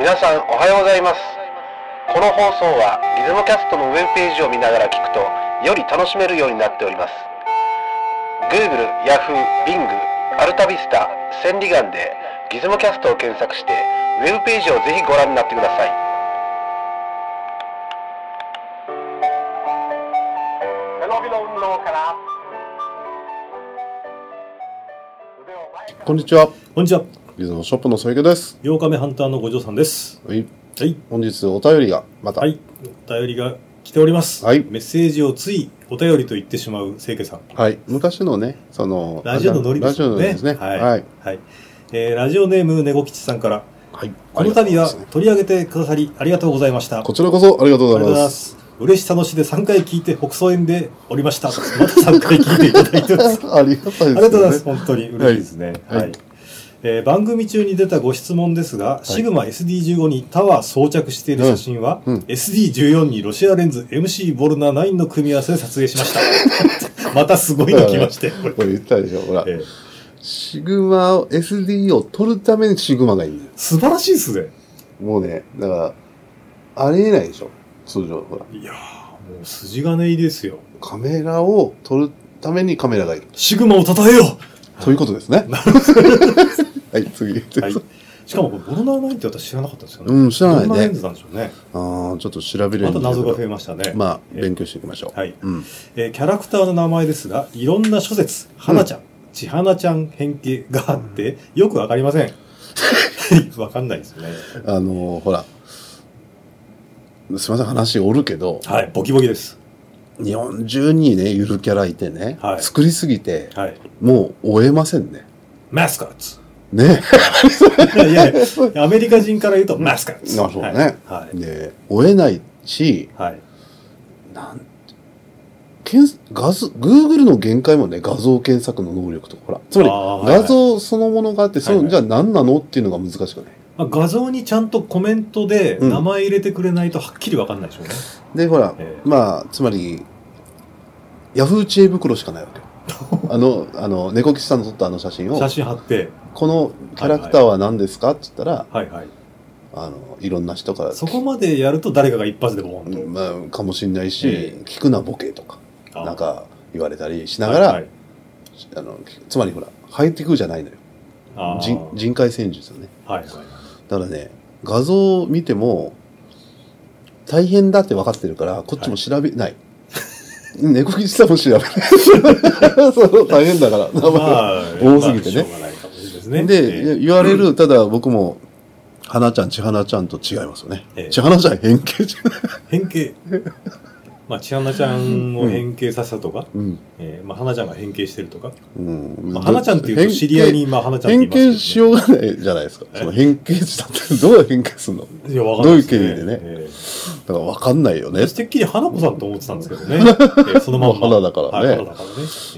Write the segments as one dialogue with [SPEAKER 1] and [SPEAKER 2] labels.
[SPEAKER 1] 皆さんおはようございますこの放送はリズムキャストのウェブページを見ながら聞くとより楽しめるようになっております Google、Yahoo、Bing、アルタビスタ、センリガンでギズムキャストを検索してウェブページをぜひご覧になってください
[SPEAKER 2] こんにちは。
[SPEAKER 3] こんにちは。
[SPEAKER 2] リズムショップの添木です。
[SPEAKER 3] 8日目ハンターの五条さんです。
[SPEAKER 2] はい。
[SPEAKER 3] はい。
[SPEAKER 2] 本日お便りがまた。
[SPEAKER 3] はい。お便りが来ております。
[SPEAKER 2] はい
[SPEAKER 3] メッセージをついお便りと言ってしまう清家さん。
[SPEAKER 2] はい。昔のね、その、
[SPEAKER 3] ラジオのノリで
[SPEAKER 2] ラ
[SPEAKER 3] す
[SPEAKER 2] ジオ
[SPEAKER 3] よ
[SPEAKER 2] の
[SPEAKER 3] ね。
[SPEAKER 2] ノリですね。
[SPEAKER 3] はい。
[SPEAKER 2] は
[SPEAKER 3] はいい。。えーラジオネーム、猫吉さんから、
[SPEAKER 2] はい
[SPEAKER 3] この度は取り上げてくださりありがとうございました。
[SPEAKER 2] こちらこそありがとうござい
[SPEAKER 3] ありがとうござい
[SPEAKER 2] ま。
[SPEAKER 3] ますす。嬉しさのしで3回聞いて北総園でおりました。また3回聞いていただいてま す。
[SPEAKER 2] ありがたいです、ね。
[SPEAKER 3] ありがとうございます。。本当に嬉しいですね。
[SPEAKER 2] は
[SPEAKER 3] はいい。
[SPEAKER 2] はい
[SPEAKER 3] えー番組中に出たご質問ですが、シグマ SD15 にタワー装着している写真は、
[SPEAKER 2] うんうん
[SPEAKER 3] SD14 にロシアレンズ MC ボルナ9の組み合わせで撮影しまし た。またすごいの来まして、これ。
[SPEAKER 2] これ言ったでしょ、ほら。
[SPEAKER 3] えー
[SPEAKER 2] シグマを、SD を取るためにシグマがいいんだよ。
[SPEAKER 3] 素晴らしいですね。
[SPEAKER 2] もうね、だから、ありえないでしょ。通常、ほら。
[SPEAKER 3] いやー、もう筋金入りですよ。
[SPEAKER 2] カメラを取るためにカメラがいる。
[SPEAKER 3] シグマを称えよ
[SPEAKER 2] ということですね。 はい、次。
[SPEAKER 3] う、はい、しかも、これボルナ9って私知らなかったんですよね。
[SPEAKER 2] うん知らないね
[SPEAKER 3] どんなレンズなんでしょうね。
[SPEAKER 2] ああ、ちょっと調べるよ
[SPEAKER 3] ま
[SPEAKER 2] うにな
[SPEAKER 3] た
[SPEAKER 2] るけ
[SPEAKER 3] 謎
[SPEAKER 2] ど
[SPEAKER 3] が増えましたね。
[SPEAKER 2] まあ、勉強していきましょう。
[SPEAKER 3] はい
[SPEAKER 2] うん。
[SPEAKER 3] えーキャラクターの名前ですが、いろんな諸説、花ちゃん、千花ちゃん変形があって、よくわかりませ ん。はいわかんないですよね。
[SPEAKER 2] あのーほら、すみません、話おるけど、
[SPEAKER 3] はい、ボキボキです。
[SPEAKER 2] 日本中にね、ゆるキャラいてね、
[SPEAKER 3] はい
[SPEAKER 2] 作りすぎて、
[SPEAKER 3] はい。
[SPEAKER 2] もう追えませんね。
[SPEAKER 3] マスカッ ツ。
[SPEAKER 2] ね。
[SPEAKER 3] いやいやいや、アメリカ人から言うとマスカッツ。
[SPEAKER 2] なるほどね。
[SPEAKER 3] はい。
[SPEAKER 2] で、追えないし、
[SPEAKER 3] はい。はい
[SPEAKER 2] なんて、検画像、Google の限界もね、画像検索の能力とか、ほら。つまり、
[SPEAKER 3] あーはいはい
[SPEAKER 2] 画像そのものがあって、その、
[SPEAKER 3] はいはい
[SPEAKER 2] じゃあ何なのっていうのが難しくない。
[SPEAKER 3] まあ、画像にちゃんとコメントで
[SPEAKER 2] うん
[SPEAKER 3] 名前入れてくれないとはっきりわかんないでしょうね。
[SPEAKER 2] で、ほら、
[SPEAKER 3] ええ
[SPEAKER 2] まあ、つまり、ヤフー知恵袋しかないわけ よ。あの、あの、猫吉さんの撮ったあの写真を、
[SPEAKER 3] 写真貼って、
[SPEAKER 2] このキャラクターは何ですかって言ったら、
[SPEAKER 3] はいはい。
[SPEAKER 2] あの、いろんな人から、
[SPEAKER 3] そこまでやると誰かが一発でボーン
[SPEAKER 2] うんまあ、かもしれないし、
[SPEAKER 3] え
[SPEAKER 2] 聞くなボケとか、
[SPEAKER 3] と。あ
[SPEAKER 2] なんか言われたりしながら、
[SPEAKER 3] はいはい
[SPEAKER 2] あのつまりほら、ハイテクじゃないのよ。
[SPEAKER 3] あー
[SPEAKER 2] 人人海戦術よね。
[SPEAKER 3] はいはい。
[SPEAKER 2] だからね、画像を見ても、大変だって分かってるから、こっちも調べない。猫吉さんも調べない。 その大変だから、名前
[SPEAKER 3] ま
[SPEAKER 2] が
[SPEAKER 3] あ、
[SPEAKER 2] 多すぎてね
[SPEAKER 3] まあしょうがないかもしれないですね。
[SPEAKER 2] で、
[SPEAKER 3] え
[SPEAKER 2] 言われる、ただ僕も、花ちゃん、千花ちゃんと違いますよね。
[SPEAKER 3] ええ
[SPEAKER 2] 千花ちゃん変形じゃない。
[SPEAKER 3] え変 形。まあ、千花ちゃんを変形させたとか、
[SPEAKER 2] うん。
[SPEAKER 3] ええまあ、花ちゃんが変形してるとか、
[SPEAKER 2] うん
[SPEAKER 3] まあ、花ちゃんっていうと知り合いに、まあ、花ちゃんって
[SPEAKER 2] 変
[SPEAKER 3] 言いますけど、ね。
[SPEAKER 2] 形しようがないじゃないですか。
[SPEAKER 3] え
[SPEAKER 2] その変形したってどう変形するの
[SPEAKER 3] いや、わかんないす、
[SPEAKER 2] どういう経緯でね
[SPEAKER 3] ええ
[SPEAKER 2] だから分かんないよね
[SPEAKER 3] 私。てっきり花子さんと思ってたんですけ どね。ええそのまんま。
[SPEAKER 2] もう花だからね
[SPEAKER 3] はい花だからね。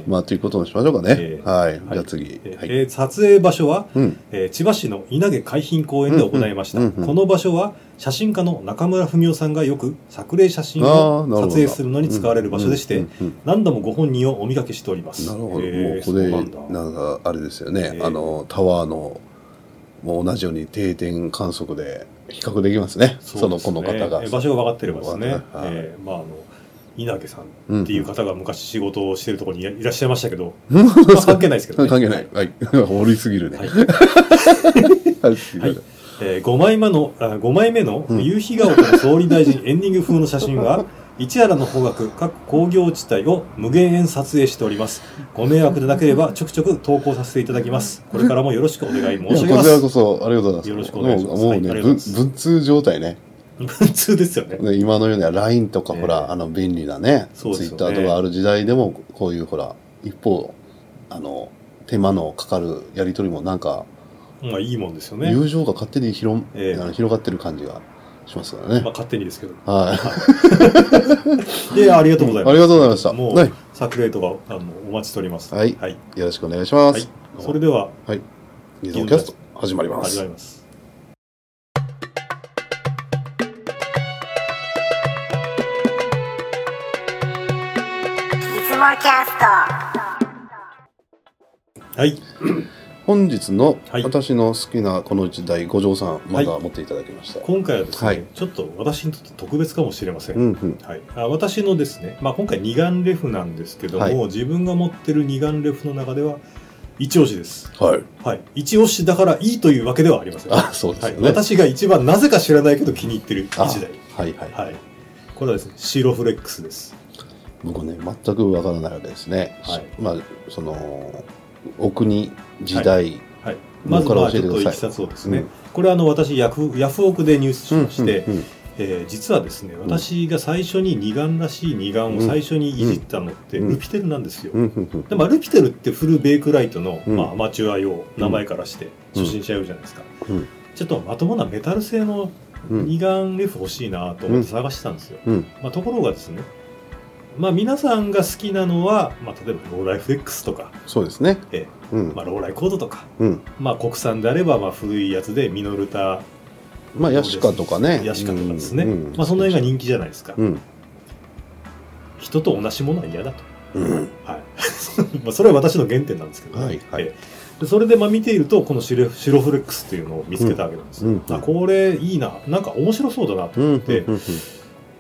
[SPEAKER 2] まあ、ということにしましょうかね。
[SPEAKER 3] ええ
[SPEAKER 2] はい。
[SPEAKER 3] はい
[SPEAKER 2] じゃあ次。
[SPEAKER 3] ええ
[SPEAKER 2] はい。
[SPEAKER 3] ええ撮影場所は、
[SPEAKER 2] うん。
[SPEAKER 3] ええ千葉市の稲毛海浜公園で行いました、
[SPEAKER 2] うんうんうんうん
[SPEAKER 3] この場所は写真家の中村文夫さんがよく作例写真を撮影するのに使われる場所でして、
[SPEAKER 2] うんうんうん
[SPEAKER 3] 何度もご本人をお見かけしております。
[SPEAKER 2] なるほど。
[SPEAKER 3] えー
[SPEAKER 2] もうこ
[SPEAKER 3] そうなん
[SPEAKER 2] こ
[SPEAKER 3] だ
[SPEAKER 2] で、なんか、あれですよね
[SPEAKER 3] え。え
[SPEAKER 2] あの、タワーの、もう同じように定点観測で比較できますね。そ
[SPEAKER 3] そう
[SPEAKER 2] の
[SPEAKER 3] です
[SPEAKER 2] こ
[SPEAKER 3] ね
[SPEAKER 2] の方が
[SPEAKER 3] え。場所が分かってればですね、
[SPEAKER 2] 分かってればはい
[SPEAKER 3] えーまあ、あの稲毛さんっ
[SPEAKER 2] うん
[SPEAKER 3] ていう方が昔仕事をしてるところにいらいらっしゃいましたけど、
[SPEAKER 2] うん
[SPEAKER 3] まあ関係ないですけど、
[SPEAKER 2] 関係ない。はい。掘りすぎるね。
[SPEAKER 3] はい
[SPEAKER 2] はい次
[SPEAKER 3] はいえー、5, 枚目のあ5枚目の夕日が丘の総理大臣エンディング風の写真は、 市原の方角、各工業地帯を無限遠撮影しております。ご迷惑でなければちょくちょく投稿させていただきます。これからもよろしくお願い
[SPEAKER 2] い
[SPEAKER 3] 申
[SPEAKER 2] や
[SPEAKER 3] し上げ
[SPEAKER 2] こ
[SPEAKER 3] ま
[SPEAKER 2] ちらこ
[SPEAKER 3] す。
[SPEAKER 2] そ、ありがとうございます。
[SPEAKER 3] よろしくお願いし
[SPEAKER 2] もう
[SPEAKER 3] ます
[SPEAKER 2] もう
[SPEAKER 3] はいあ
[SPEAKER 2] ね、
[SPEAKER 3] りがと
[SPEAKER 2] 文
[SPEAKER 3] うございます
[SPEAKER 2] 文通状態ね。
[SPEAKER 3] 普通ですよね。
[SPEAKER 2] ね今のような LINE とか、
[SPEAKER 3] ええ
[SPEAKER 2] ほら、あの、便利なね、ツイ
[SPEAKER 3] そうです
[SPEAKER 2] ッ
[SPEAKER 3] よね
[SPEAKER 2] ターとかある時代でも、こういう、ほら、一方、あの、手間のかかるやりとりも、なんか、
[SPEAKER 3] まあいいもんですよね。
[SPEAKER 2] 友情が勝手に広,、
[SPEAKER 3] ええ
[SPEAKER 2] あの広がってる感じがしますから
[SPEAKER 3] ま
[SPEAKER 2] ね
[SPEAKER 3] あ。勝手にですけど。
[SPEAKER 2] はい。
[SPEAKER 3] で、ありがとうございます。
[SPEAKER 2] ありがとうございました
[SPEAKER 3] もう、
[SPEAKER 2] はい
[SPEAKER 3] 作例とか、あの、お待ちしております。
[SPEAKER 2] はい
[SPEAKER 3] はい。
[SPEAKER 2] よろしくお願いしま
[SPEAKER 3] は
[SPEAKER 2] す
[SPEAKER 3] い。それでは、
[SPEAKER 2] リズムキャスト、始まりま。
[SPEAKER 3] 始ますります。
[SPEAKER 4] いつもキャスト
[SPEAKER 3] はい。
[SPEAKER 2] 本日の
[SPEAKER 3] はい
[SPEAKER 2] 私の好きなこのうち第五条さん、まだ持っていただきました。
[SPEAKER 3] 今回はですね、
[SPEAKER 2] はい
[SPEAKER 3] ちょっと私にとって特別かもしれません。
[SPEAKER 2] うんうん。
[SPEAKER 3] はい、あ私のですね、まあ、今回二眼レフなんですけども、
[SPEAKER 2] はい
[SPEAKER 3] 自分が持ってる二眼レフの中では一押しです、
[SPEAKER 2] はい。
[SPEAKER 3] はい、一押しだからいいというわけではありません、
[SPEAKER 2] あ、そうで
[SPEAKER 3] は
[SPEAKER 2] す
[SPEAKER 3] い
[SPEAKER 2] よ、ね。
[SPEAKER 3] 私が一番なぜか知らないけど気に入ってる一
[SPEAKER 2] あ
[SPEAKER 3] 台、
[SPEAKER 2] はいはい。
[SPEAKER 3] はい、これはですね白フレックスです
[SPEAKER 2] 僕ね、全くわからないわけですね。
[SPEAKER 3] はい
[SPEAKER 2] まあ、その、お国、時代、
[SPEAKER 3] はい、
[SPEAKER 2] も
[SPEAKER 3] ま
[SPEAKER 2] う
[SPEAKER 3] ず
[SPEAKER 2] から
[SPEAKER 3] まあち
[SPEAKER 2] 教えて
[SPEAKER 3] ょっ
[SPEAKER 2] くださ
[SPEAKER 3] と
[SPEAKER 2] い
[SPEAKER 3] いきさつをですね、
[SPEAKER 2] うん
[SPEAKER 3] これはあの私ヤフヤフオクで入手しまして、
[SPEAKER 2] うんうんうん
[SPEAKER 3] えー実はですね私が最初に二眼らしい二眼を最初にいじったのって
[SPEAKER 2] うん
[SPEAKER 3] ルピテルなんですよ、
[SPEAKER 2] うんうんうん
[SPEAKER 3] でもルピテルってフルベイクライトの、
[SPEAKER 2] うん
[SPEAKER 3] まあ、アマチュア用名前からして
[SPEAKER 2] うん
[SPEAKER 3] 初心者用じゃないですか、
[SPEAKER 2] うん
[SPEAKER 3] ちょっとまともなメタル製の
[SPEAKER 2] うん
[SPEAKER 3] 二眼レフ欲しいなと思って探してたんですよ、
[SPEAKER 2] うん
[SPEAKER 3] まあ、ところがですねまあ皆さんが好きなのは、まあ、例えばローライフ X とか、
[SPEAKER 2] そうですね。
[SPEAKER 3] え
[SPEAKER 2] うん
[SPEAKER 3] まあ、ローライコードとか、
[SPEAKER 2] うん
[SPEAKER 3] まあ、国産であればまあ古いやつでミノルタ
[SPEAKER 2] まあ、ヤシカとかね。
[SPEAKER 3] ヤシカとかですね、
[SPEAKER 2] うん
[SPEAKER 3] まあ、その辺が人気じゃないですか、
[SPEAKER 2] うん。
[SPEAKER 3] 人と同じものは嫌だと、
[SPEAKER 2] うん。
[SPEAKER 3] はい まあ、それは私の原点なんですけどね、
[SPEAKER 2] はいはい
[SPEAKER 3] ええでそれでまあ見ているとこのシルシロフレックスっていうのを見つけたわけなんですよ、
[SPEAKER 2] うんうん
[SPEAKER 3] あこれいいななんか面白そうだなと、
[SPEAKER 2] うん。
[SPEAKER 3] で
[SPEAKER 2] うん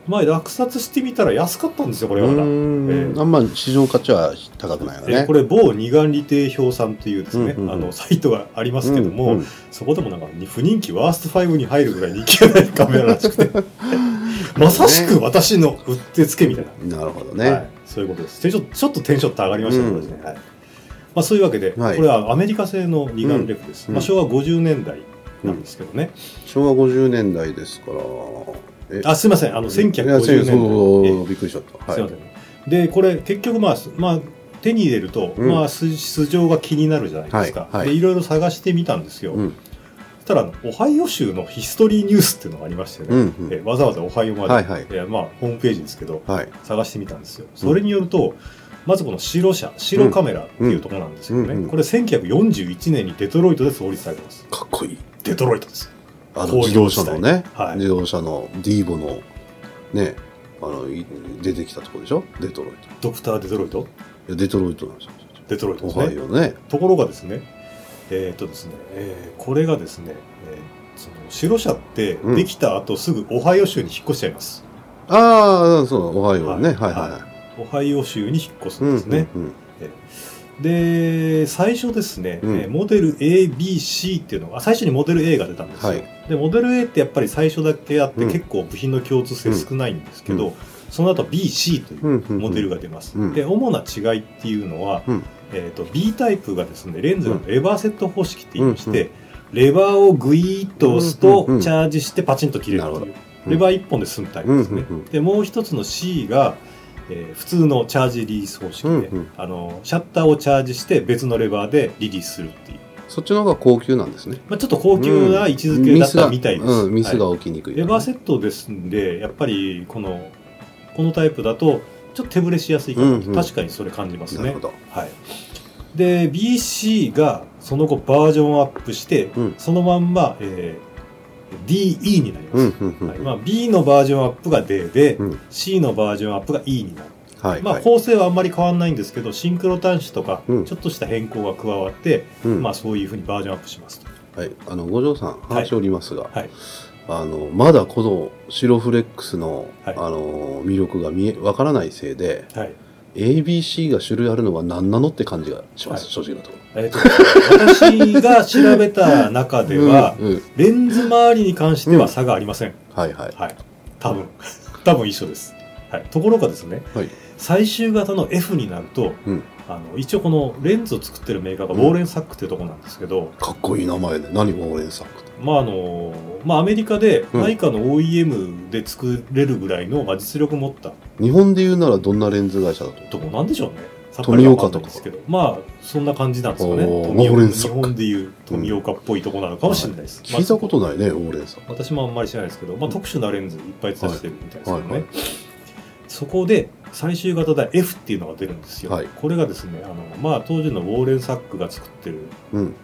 [SPEAKER 3] まあ、落札してみたら安かったんですよこれはまだ、
[SPEAKER 2] う
[SPEAKER 3] え
[SPEAKER 2] ん。
[SPEAKER 3] え
[SPEAKER 2] あんま市場価値は高くないよ
[SPEAKER 3] え
[SPEAKER 2] ね。
[SPEAKER 3] これ某二眼理定評さんっていうですね、
[SPEAKER 2] うんうんうん
[SPEAKER 3] あのサイトがありますけども、
[SPEAKER 2] うんうん
[SPEAKER 3] そこでもなんか不人気ワースト5に入るぐらい人気がないカメラらしくて まさしく私のうってつけみたいな
[SPEAKER 2] なるほど
[SPEAKER 3] は
[SPEAKER 2] ね
[SPEAKER 3] い。、そういうことですでちょちょっとテンションって上がりましたね、
[SPEAKER 2] うん
[SPEAKER 3] 私ねはいまあ、そういうわけで、
[SPEAKER 2] はい
[SPEAKER 3] これはアメリカ製の二眼レフです、
[SPEAKER 2] うん
[SPEAKER 3] まあ、昭和50年代なんですけどね、
[SPEAKER 2] 昭和50年代ですから。え
[SPEAKER 3] あすいませんあの1950
[SPEAKER 2] いやそう
[SPEAKER 3] 年代
[SPEAKER 2] そう
[SPEAKER 3] え
[SPEAKER 2] びっくりしちゃった。
[SPEAKER 3] え
[SPEAKER 2] は
[SPEAKER 3] す
[SPEAKER 2] い
[SPEAKER 3] いませんでこれ結局まあ、すまあ、手に入れると、
[SPEAKER 2] うん
[SPEAKER 3] まあ、素素性が気になるじゃないですか、
[SPEAKER 2] はいはい
[SPEAKER 3] でいろいろ探してみたんですよ、
[SPEAKER 2] うん
[SPEAKER 3] そしたらあのオハイオ州のヒストリーニュースっていうのがありましてね、
[SPEAKER 2] うんう
[SPEAKER 3] ええ
[SPEAKER 2] ん。
[SPEAKER 3] わざわざオハイオまで、
[SPEAKER 2] はいはい。
[SPEAKER 3] ええまあ、ホームページですけど
[SPEAKER 2] はい。
[SPEAKER 3] 探してみたんですよ。それによると、まずこの白車、白カメラっていうところなんですけどね、
[SPEAKER 2] うんうん
[SPEAKER 3] これ1941年にデトロイトで創立されてます。
[SPEAKER 2] かっこいい。
[SPEAKER 3] デトロイトです。
[SPEAKER 2] あの
[SPEAKER 3] 工
[SPEAKER 2] 自
[SPEAKER 3] 業
[SPEAKER 2] 動
[SPEAKER 3] 地帯
[SPEAKER 2] 車のね、
[SPEAKER 3] はい
[SPEAKER 2] 自動車のディーボのね、あのい出てきたとこでしょ、デトロイト。い
[SPEAKER 3] ドクターデトロイト
[SPEAKER 2] やデトロイトなんですよ。
[SPEAKER 3] デトロイトで
[SPEAKER 2] オ
[SPEAKER 3] す
[SPEAKER 2] ハ
[SPEAKER 3] ね
[SPEAKER 2] イ。オね。
[SPEAKER 3] ところがですね、えーっとですね、えーこれがですね、えーその白車って
[SPEAKER 2] うん
[SPEAKER 3] できた後すぐオハイオ州に引っ越しちゃいます。
[SPEAKER 2] ああ、そう、オハイオね。はいい
[SPEAKER 3] は
[SPEAKER 2] はいはい。
[SPEAKER 3] オハイオ州に引っ越す
[SPEAKER 2] うんん
[SPEAKER 3] ですね。
[SPEAKER 2] うん
[SPEAKER 3] で、最初ですね、
[SPEAKER 2] うん
[SPEAKER 3] えーモデル ABC っていうのが、あ最初にモデル A が出たんですよ。
[SPEAKER 2] はい
[SPEAKER 3] で、モデル A ってやっぱり最初だけあって、
[SPEAKER 2] うん
[SPEAKER 3] 結構部品の共通性少ないんですけど、その後 BC という
[SPEAKER 2] うんうんうん
[SPEAKER 3] モデルが出ます。
[SPEAKER 2] うん
[SPEAKER 3] で、主な違いっていうのは、
[SPEAKER 2] うん
[SPEAKER 3] えー、と B タイプがですね、レンズがレバーセット方式って言いまして、
[SPEAKER 2] うんう
[SPEAKER 3] レバーをグイーッと押すと、
[SPEAKER 2] うんうんうん
[SPEAKER 3] チャージしてパチンと切れると
[SPEAKER 2] な
[SPEAKER 3] いう
[SPEAKER 2] る。うん
[SPEAKER 3] レバー1本で済むタイプですね。
[SPEAKER 2] うんうんうん
[SPEAKER 3] で、もう一つの C が、えー普通のチャージリリース方式で、
[SPEAKER 2] うんうん
[SPEAKER 3] あのシャッターをチャージして別のレバーでリリースするっていう、
[SPEAKER 2] そっちの方が高級なんですね。
[SPEAKER 3] まあ、ちょっと高級な位置づけだったみたいです、
[SPEAKER 2] うんミスが
[SPEAKER 3] は
[SPEAKER 2] 起きにく
[SPEAKER 3] い
[SPEAKER 2] い。
[SPEAKER 3] レバーセットですんでやっぱりこのこのタイプだとちょっと手ぶれしやすいかなと、
[SPEAKER 2] うんうん
[SPEAKER 3] 確かにそれ感じます
[SPEAKER 2] なる
[SPEAKER 3] ね
[SPEAKER 2] ほど。
[SPEAKER 3] はいで BC がその後バージョンアップして、
[SPEAKER 2] うん
[SPEAKER 3] そのまんま、えー DE になります、
[SPEAKER 2] うんうんうん
[SPEAKER 3] はいまあ、B のバージョンアップが D で、
[SPEAKER 2] うん
[SPEAKER 3] C のバージョンアップが E になる
[SPEAKER 2] はい
[SPEAKER 3] まあ、
[SPEAKER 2] はい。
[SPEAKER 3] 構成はあんまり変わらないんですけど、シンクロ端子とか、ち
[SPEAKER 2] う
[SPEAKER 3] ょ
[SPEAKER 2] ん
[SPEAKER 3] っとした変更が加わって、
[SPEAKER 2] うん
[SPEAKER 3] まあ、そういうふうにバージョンアップしますと。
[SPEAKER 2] はい、あの五条さん話しておりますが、
[SPEAKER 3] はい
[SPEAKER 2] あのまだこの白フレックスの,、
[SPEAKER 3] はい
[SPEAKER 2] あの魅力が見えわからないせいで
[SPEAKER 3] はい。
[SPEAKER 2] ABC が種類あるのは何なのって感じがします、
[SPEAKER 3] は
[SPEAKER 2] 正直なところ。
[SPEAKER 3] えっと、私が調べた中では、
[SPEAKER 2] うんうん
[SPEAKER 3] レンズ周りに関しては差がありません。
[SPEAKER 2] はいはい
[SPEAKER 3] はい。多分。多分一緒です。はい。ところがですね、
[SPEAKER 2] はい
[SPEAKER 3] 最終型の F になると、
[SPEAKER 2] うん
[SPEAKER 3] あの一応このレンズを作ってるメーカーがウォーレン・サックっていうところなんですけど、
[SPEAKER 2] かっこいい名前で何ウォーレンサックって
[SPEAKER 3] まああのまあ、アメリカで
[SPEAKER 2] うん
[SPEAKER 3] ナイカの OEM で作れるぐらいの、まあ、実力を持った
[SPEAKER 2] 日本で言うならどんなレンズ会社だと
[SPEAKER 3] どうなんでしょうね。さっぱり
[SPEAKER 2] 富岡
[SPEAKER 3] わ
[SPEAKER 2] とか
[SPEAKER 3] んないですけど。まあ、そんな感じなんですかね。
[SPEAKER 2] おー
[SPEAKER 3] 富
[SPEAKER 2] まあ俺
[SPEAKER 3] 岡
[SPEAKER 2] に
[SPEAKER 3] 日
[SPEAKER 2] そっか
[SPEAKER 3] 本でいう富岡っぽいとこなのかもしれないです。
[SPEAKER 2] 聞いたこと
[SPEAKER 3] ま
[SPEAKER 2] ないねウォーレンサッ
[SPEAKER 3] あ私もあんまり知らないですけど、まあ、特殊なレンズいっぱい出してるみたいですよね。
[SPEAKER 2] はいはいはい
[SPEAKER 3] そこで、最終型で F っていうのが出るんですよ。
[SPEAKER 2] はい
[SPEAKER 3] これがですね、あの、まあ、当時のウォーレン・サックが作ってる、
[SPEAKER 2] クうん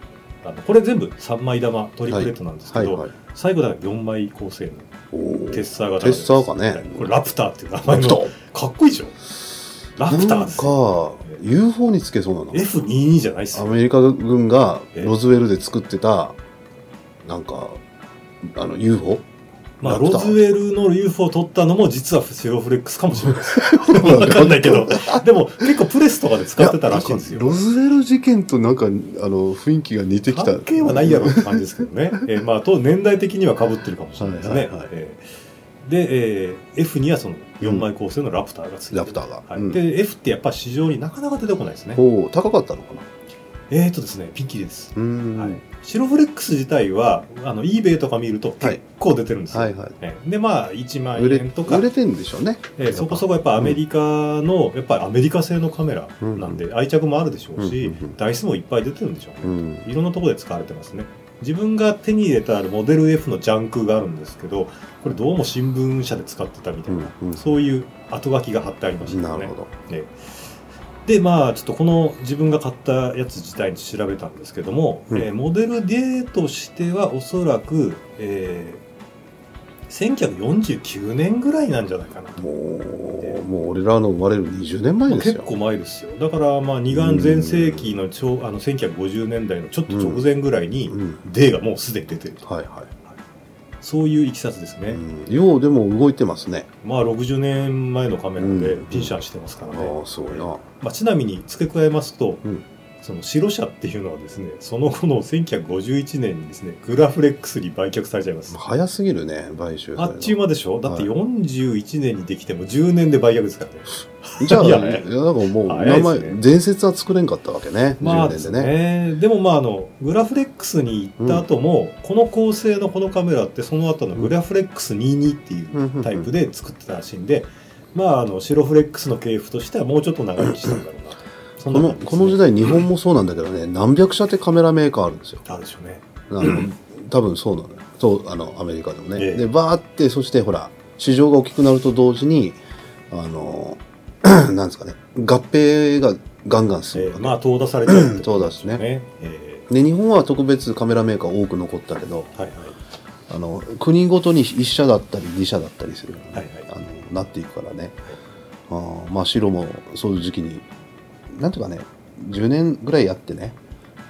[SPEAKER 3] あのこれ全部3枚玉、トリプレットなんですけ
[SPEAKER 2] は
[SPEAKER 3] ど、
[SPEAKER 2] いはい
[SPEAKER 3] 最後だから4枚構成の
[SPEAKER 2] おー
[SPEAKER 3] テッサー型
[SPEAKER 2] テッサーかね
[SPEAKER 3] はいこれラプターっていう名
[SPEAKER 2] ラ
[SPEAKER 3] 前
[SPEAKER 2] プ
[SPEAKER 3] の、
[SPEAKER 2] ト
[SPEAKER 3] かっこいいでしょラプター
[SPEAKER 2] な
[SPEAKER 3] で
[SPEAKER 2] ん
[SPEAKER 3] すよ
[SPEAKER 2] か UFO につけそうなの
[SPEAKER 3] F22 じゃないっす
[SPEAKER 2] ア
[SPEAKER 3] よ。
[SPEAKER 2] メリカ軍が
[SPEAKER 3] え
[SPEAKER 2] ロズウェルで作ってたなんかあの UFO
[SPEAKER 3] まあ、
[SPEAKER 2] ラプ
[SPEAKER 3] ロ
[SPEAKER 2] ター
[SPEAKER 3] ズウェルの UFO を取ったのも実はセロフレックスかもしれな いです。わかんないけど。でも、結構プレスとかで使ってたらしいんです
[SPEAKER 2] やな
[SPEAKER 3] よ。
[SPEAKER 2] かロズウェル事件となんかあの雰囲気が似てきた
[SPEAKER 3] 関係はないやろって感じですけど ね。えーまあ、と年代的には被ってるかもしれないです
[SPEAKER 2] は
[SPEAKER 3] ね
[SPEAKER 2] いはいはい。
[SPEAKER 3] えーで、えー F にはその4枚構成のラプターがついてる。
[SPEAKER 2] ラプターが、
[SPEAKER 3] は
[SPEAKER 2] うん
[SPEAKER 3] い、で F ってやっぱ市場になかなか出てこないですね。
[SPEAKER 2] ほう高かったのかな
[SPEAKER 3] えーとですね、ピンキリです。
[SPEAKER 2] うーん、
[SPEAKER 3] はい、シロフレックス自体はあの eBay とか見ると結構出てるんですよ。
[SPEAKER 2] はいはい
[SPEAKER 3] ねでまあ1万
[SPEAKER 2] 売れ
[SPEAKER 3] 円とか
[SPEAKER 2] 売れてんでしょうね
[SPEAKER 3] えーそこそこやっぱアメリカの、やっぱりアメリカ製のカメラなんで愛着もあるでしょうし、
[SPEAKER 2] うんうんうん
[SPEAKER 3] 台数もいっぱい出てるんでしょうね、
[SPEAKER 2] うん
[SPEAKER 3] いろんなところで使われてますね自分が手に入れたモデル F のジャンクがあるんですけどこれどうも新聞社で使ってたみたいな、
[SPEAKER 2] うんうん
[SPEAKER 3] そういう後書きが貼ってありました
[SPEAKER 2] な
[SPEAKER 3] よね
[SPEAKER 2] るほど
[SPEAKER 3] でまあちょっとこの自分が買ったやつ自体に調べたんですけども、
[SPEAKER 2] うん
[SPEAKER 3] えーモデル D としてはおそらく、えー1949年ぐらいなんじゃないかな
[SPEAKER 2] もうもう俺らの生まれる20年前です
[SPEAKER 3] 結
[SPEAKER 2] よ
[SPEAKER 3] 構前ですよだからまあ二眼全盛期のちょうあの1950年代のちょっと直前ぐらいに
[SPEAKER 2] うん、
[SPEAKER 3] デーがもうすでに出てると
[SPEAKER 2] はいは
[SPEAKER 3] そういういきさつです
[SPEAKER 2] い、
[SPEAKER 3] ね、
[SPEAKER 2] うん、ようでも動いてますね
[SPEAKER 3] まあ60年前のカメラで
[SPEAKER 2] うん
[SPEAKER 3] ピンシャンしてますからね、
[SPEAKER 2] ああすごいな
[SPEAKER 3] まあ、ちなみに付け加えますと、
[SPEAKER 2] うん
[SPEAKER 3] その白社っていうのはですねその後の1951年にですねグラフレックスに売却されちゃいます
[SPEAKER 2] 早すぎるね買収
[SPEAKER 3] あっちゅう間でしょだって
[SPEAKER 2] は
[SPEAKER 3] 41年にできても10年で売却ですからね、
[SPEAKER 2] じゃあ、
[SPEAKER 3] い
[SPEAKER 2] い
[SPEAKER 3] や
[SPEAKER 2] や、
[SPEAKER 3] ね
[SPEAKER 2] なんかもう、
[SPEAKER 3] 早
[SPEAKER 2] 名
[SPEAKER 3] いですね
[SPEAKER 2] 前、伝説は作れんかったわけね。
[SPEAKER 3] まあで
[SPEAKER 2] 10
[SPEAKER 3] す
[SPEAKER 2] 年でね。
[SPEAKER 3] ね。でもまああのグラフレックスに行った後も、この構成のこのカメラってその後のグラフレックス22っていう
[SPEAKER 2] うんうんうん
[SPEAKER 3] タイプで作ってたらしいんで、まああの白フレックスの系譜としてはもうちょっと長生きしたんだろうなと。そん
[SPEAKER 2] こ
[SPEAKER 3] な
[SPEAKER 2] の
[SPEAKER 3] 感じですね
[SPEAKER 2] この時代、日本もそうなんだけどね、何百社ってカメラメーカーあるんですよ。
[SPEAKER 3] あるでしょうね。
[SPEAKER 2] あの多分そうなのよ。そう、あの、アメリカでもね。
[SPEAKER 3] ええ
[SPEAKER 2] で、バーって、そしてほら、市場が大きくなると同時に、あの、 なんですかね、合併がガンガン
[SPEAKER 3] え
[SPEAKER 2] するわ
[SPEAKER 3] ー
[SPEAKER 2] け、
[SPEAKER 3] まあ遠出されてるって
[SPEAKER 2] そ
[SPEAKER 3] こ
[SPEAKER 2] う
[SPEAKER 3] と
[SPEAKER 2] だ
[SPEAKER 3] で
[SPEAKER 2] し
[SPEAKER 3] すよ
[SPEAKER 2] ね。
[SPEAKER 3] ね。え
[SPEAKER 2] で、日本は特別カメラメーカー多く残ったけど、
[SPEAKER 3] ーはいはい
[SPEAKER 2] あの、国ごとに1社だったり2社だったりするよね、
[SPEAKER 3] はいはい
[SPEAKER 2] あのなっていくからね、あーまあ白もそういう時期になんていうかね10年ぐらいやってね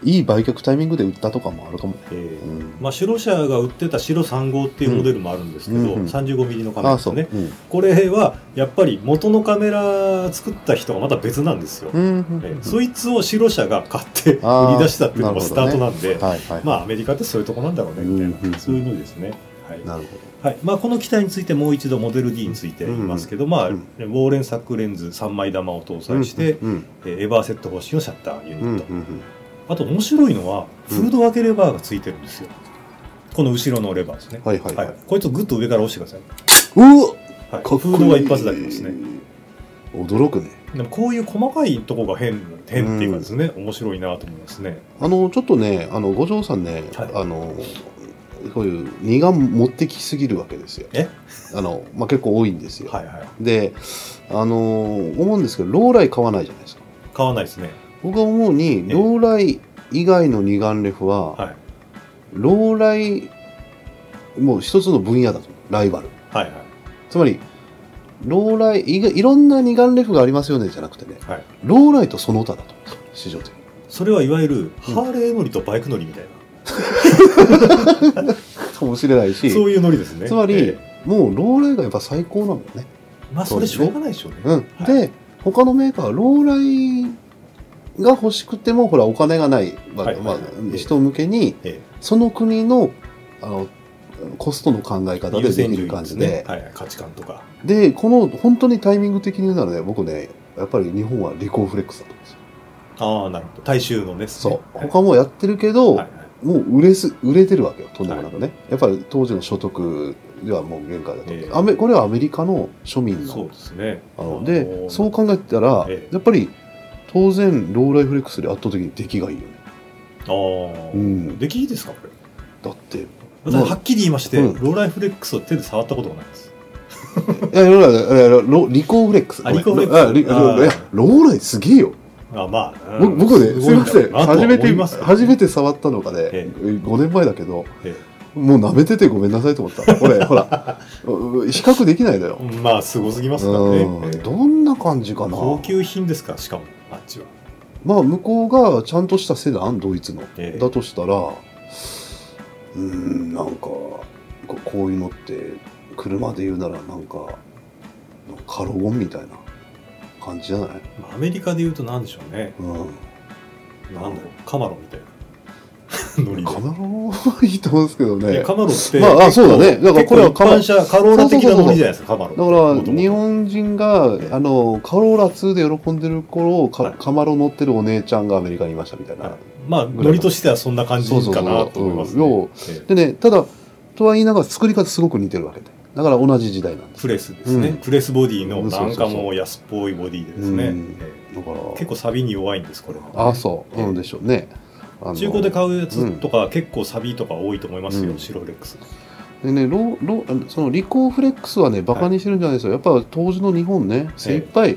[SPEAKER 2] いい売却タイミングで売ったとかもあるかもね、
[SPEAKER 3] えー
[SPEAKER 2] うん
[SPEAKER 3] まあ、白社が売ってた白3号っていうモデルもあるんですけど、
[SPEAKER 2] うんうんうん
[SPEAKER 3] 35mm のカ
[SPEAKER 2] あ
[SPEAKER 3] メラ
[SPEAKER 2] あ
[SPEAKER 3] です
[SPEAKER 2] そう、
[SPEAKER 3] ねこれはやっぱり元のカメラ作った人がまた別なんですよ、
[SPEAKER 2] うん、うん
[SPEAKER 3] えーそいつを白社が買って
[SPEAKER 2] あー
[SPEAKER 3] 売り出したっていうのが
[SPEAKER 2] なる
[SPEAKER 3] ス
[SPEAKER 2] ほ
[SPEAKER 3] タ
[SPEAKER 2] ど
[SPEAKER 3] ー
[SPEAKER 2] ね
[SPEAKER 3] トなんで、
[SPEAKER 2] はいはい、
[SPEAKER 3] まあアメリカってそういうとこなんだろうねみたいな、
[SPEAKER 2] うんうんうん
[SPEAKER 3] そういうのですね。はい
[SPEAKER 2] なるほ
[SPEAKER 3] はいまあ、この機体についてもう一度モデル D について言いますけど、まあ、
[SPEAKER 2] う
[SPEAKER 3] ウ
[SPEAKER 2] ん
[SPEAKER 3] ォーレンサックレンズ3枚玉を搭
[SPEAKER 2] ど
[SPEAKER 3] 載して、
[SPEAKER 2] うん
[SPEAKER 3] えーエバーセット方式のシャッターユニ
[SPEAKER 2] うんうん
[SPEAKER 3] ッ
[SPEAKER 2] う
[SPEAKER 3] ト、
[SPEAKER 2] ん
[SPEAKER 3] あと面白いのは
[SPEAKER 2] うん
[SPEAKER 3] フルド分けレバーがついてるんですよ、この後ろのレバーですね、
[SPEAKER 2] はいはいはい、
[SPEAKER 3] こいつをグッと上から押してください、
[SPEAKER 2] うわ
[SPEAKER 3] は
[SPEAKER 2] かっ
[SPEAKER 3] い、
[SPEAKER 2] こいい
[SPEAKER 3] フードが一発で開きますね
[SPEAKER 2] 驚くね
[SPEAKER 3] でもこういう細かいとこが変変っていうかですね、面白いなと思いますね
[SPEAKER 2] あのちょっとねあの五条さんね、
[SPEAKER 3] はい
[SPEAKER 2] あのこういう二眼持ってきすぎるわけですよ
[SPEAKER 3] え
[SPEAKER 2] あの、まあ、結構多いんですよ、
[SPEAKER 3] はいはい
[SPEAKER 2] で、あのー思うんですけど、ローライ買わないじゃないですか。
[SPEAKER 3] 買わないですね
[SPEAKER 2] 僕が思うに、
[SPEAKER 3] え
[SPEAKER 2] ローライ以外の二眼レフは、
[SPEAKER 3] はい
[SPEAKER 2] ローライ、もう一つの分野だと思う、ライバル。
[SPEAKER 3] はいはい
[SPEAKER 2] つまり、ローライ以外、いろんな二眼レフがありますよね、じゃなくてね、
[SPEAKER 3] はい
[SPEAKER 2] ローライとその他だと思うんですよ、市場的に。
[SPEAKER 3] それはいわゆるハーレー乗りとバイク乗りみたいな、
[SPEAKER 2] かもしれないし、
[SPEAKER 3] そういう乗りですね
[SPEAKER 2] つまり、
[SPEAKER 3] ええ
[SPEAKER 2] もうローライがやっぱ最高なのよね。
[SPEAKER 3] まあそれしょうがないでしょうね
[SPEAKER 2] うん。
[SPEAKER 3] はい
[SPEAKER 2] で、他のメーカーはローライが欲しくても、ほら、お金がない、まあ
[SPEAKER 3] はい
[SPEAKER 2] まあ
[SPEAKER 3] ええ
[SPEAKER 2] 人向けに、
[SPEAKER 3] え
[SPEAKER 2] その国のあのコストの考え
[SPEAKER 3] え
[SPEAKER 2] 方で
[SPEAKER 3] 優
[SPEAKER 2] で
[SPEAKER 3] 先
[SPEAKER 2] きる
[SPEAKER 3] 順位で
[SPEAKER 2] 感
[SPEAKER 3] す
[SPEAKER 2] じ
[SPEAKER 3] ね
[SPEAKER 2] で、
[SPEAKER 3] はいはい価値観とか
[SPEAKER 2] で、この本当にタイミング的に言うならね、僕ね、やっぱり日本はリコーフレックスだと思うんですよ。
[SPEAKER 3] ああなるほど大衆のね
[SPEAKER 2] そう。
[SPEAKER 3] はい
[SPEAKER 2] 他もやってるけど、
[SPEAKER 3] はいはい
[SPEAKER 2] もう売れす売れてるわけよ、とんでもなくね。やっぱり当時の所得ではもう限界だと、
[SPEAKER 3] ええ
[SPEAKER 2] アメこれはアメリカの庶民
[SPEAKER 3] そう
[SPEAKER 2] の。
[SPEAKER 3] ですね
[SPEAKER 2] あ
[SPEAKER 3] あ
[SPEAKER 2] の
[SPEAKER 3] の
[SPEAKER 2] で、そう考えてたら、
[SPEAKER 3] ええ
[SPEAKER 2] やっぱり当然、ローライフレックスより圧倒的に出来がいいよね。
[SPEAKER 3] ああ、
[SPEAKER 2] うん
[SPEAKER 3] できいいですかこれ
[SPEAKER 2] だって、 い
[SPEAKER 3] 私はっきり言いまして、
[SPEAKER 2] うん
[SPEAKER 3] ローライフレックスを手で触ったことがないです
[SPEAKER 2] や、ローライいや、ロリコーフレックス。
[SPEAKER 3] あリコーフレックス
[SPEAKER 2] あリ
[SPEAKER 3] あ
[SPEAKER 2] い
[SPEAKER 3] ー
[SPEAKER 2] やローライすげえよ。
[SPEAKER 3] あまあ、
[SPEAKER 2] 僕僕ね、すみません、初めて、初め
[SPEAKER 3] て。
[SPEAKER 2] て触ったのがね、
[SPEAKER 3] え
[SPEAKER 2] 5年前だけど、
[SPEAKER 3] え
[SPEAKER 2] もう舐めててごめんなさいと思った。 俺、ほら、う比較できないのよ。
[SPEAKER 3] まあ、すごすぎますからね
[SPEAKER 2] う。ん
[SPEAKER 3] ええ
[SPEAKER 2] どんな感じかな。
[SPEAKER 3] 高級品ですから、しかも。あっちは。
[SPEAKER 2] まあ向こうがちゃんとしたセダンドイツの、
[SPEAKER 3] ええ
[SPEAKER 2] だとしたらうーんなんかこうこういうのって車で言うならなんかカロゴンみたいな感じじゃない、
[SPEAKER 3] まあアメリカで言うとなんでしょうね。
[SPEAKER 2] う
[SPEAKER 3] なんだろう、カマロみたい な。ノリ
[SPEAKER 2] ん、
[SPEAKER 3] で
[SPEAKER 2] カマロはいいと思うんですけど
[SPEAKER 3] いや
[SPEAKER 2] ね
[SPEAKER 3] カマロって、
[SPEAKER 2] まああそうだねだからこれはカ
[SPEAKER 3] カマ
[SPEAKER 2] マ
[SPEAKER 3] ロ。一般車、カローラ的なノリじゃないですか、カマロって。
[SPEAKER 2] だから
[SPEAKER 3] 元々
[SPEAKER 2] 日本人があのカローラ2で喜んでる頃か
[SPEAKER 3] はい
[SPEAKER 2] カマロ乗ってるお姉ちゃんがアメリカにいましたみたいな、
[SPEAKER 3] はいまあ、ノリとしてはそんな感じかなと思います、ね。
[SPEAKER 2] そう
[SPEAKER 3] え
[SPEAKER 2] でねただとは言いながら作り方すごく似てるわけでだから同じ時代なん
[SPEAKER 3] え
[SPEAKER 2] です
[SPEAKER 3] プレスですね、
[SPEAKER 2] うん
[SPEAKER 3] プレスボディの
[SPEAKER 2] うんそう
[SPEAKER 3] なん
[SPEAKER 2] そうそ
[SPEAKER 3] か
[SPEAKER 2] う
[SPEAKER 3] もう安っぽいボディでですね、
[SPEAKER 2] うん
[SPEAKER 3] え
[SPEAKER 2] だから
[SPEAKER 3] え結構サビに弱いんですこれは
[SPEAKER 2] ああそう、
[SPEAKER 3] ええ
[SPEAKER 2] うんでしょうねあの
[SPEAKER 3] 中古で買うやつとか、結構サビとか多いと思いますよ、
[SPEAKER 2] うん
[SPEAKER 3] シロフレックス
[SPEAKER 2] でねロロあのそのリコーフレックスはねバカにしてるんじゃないですよ、やっぱ当時の日本ね精一杯、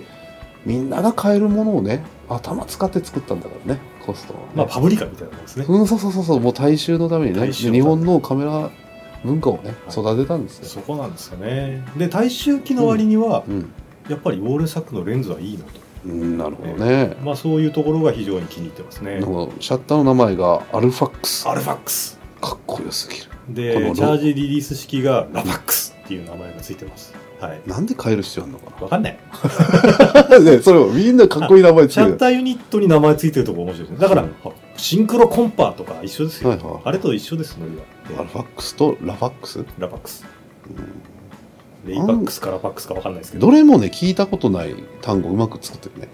[SPEAKER 2] みんなが買えるものをね頭使って作ったんだからねコストをね、
[SPEAKER 3] まあパブリカみたいなもんですね、
[SPEAKER 2] うんそうそうそうそうもう大衆のためにね
[SPEAKER 3] 大
[SPEAKER 2] で
[SPEAKER 3] 衆のため
[SPEAKER 2] 日本のカメラ文化をね
[SPEAKER 3] はい
[SPEAKER 2] 育てたんですよ、
[SPEAKER 3] そこなんですよねで大衆機の割には、
[SPEAKER 2] うん
[SPEAKER 3] やっぱりウォールサックのレンズはいいなと、
[SPEAKER 2] うん、なるほどね、
[SPEAKER 3] まあそういうところが非常に気に入ってます
[SPEAKER 2] な
[SPEAKER 3] ね
[SPEAKER 2] んかシャッターの名前がアルファックス
[SPEAKER 3] アルファックス
[SPEAKER 2] かっこよすぎるこの
[SPEAKER 3] で
[SPEAKER 2] ロ
[SPEAKER 3] チャージリリース式がラファックスっていう名前がついてますはい
[SPEAKER 2] なんで変える必要あるのかな
[SPEAKER 3] わかんない
[SPEAKER 2] ね、それをみんなかっこいい名前つ
[SPEAKER 3] シ
[SPEAKER 2] け
[SPEAKER 3] ャッ
[SPEAKER 2] る。
[SPEAKER 3] ターユニットに名前ついてるとこ面白いですね。だから、
[SPEAKER 2] うん
[SPEAKER 3] シンクロコンパーとか一緒ですよ。
[SPEAKER 2] はいはい
[SPEAKER 3] あれと一緒です、ノリは。
[SPEAKER 2] アルファックスとラファックス、
[SPEAKER 3] ラパックス。レイパックスかラパックスかわかんないですけど、
[SPEAKER 2] どれもね、聞いたことない単語うまく作ってるね。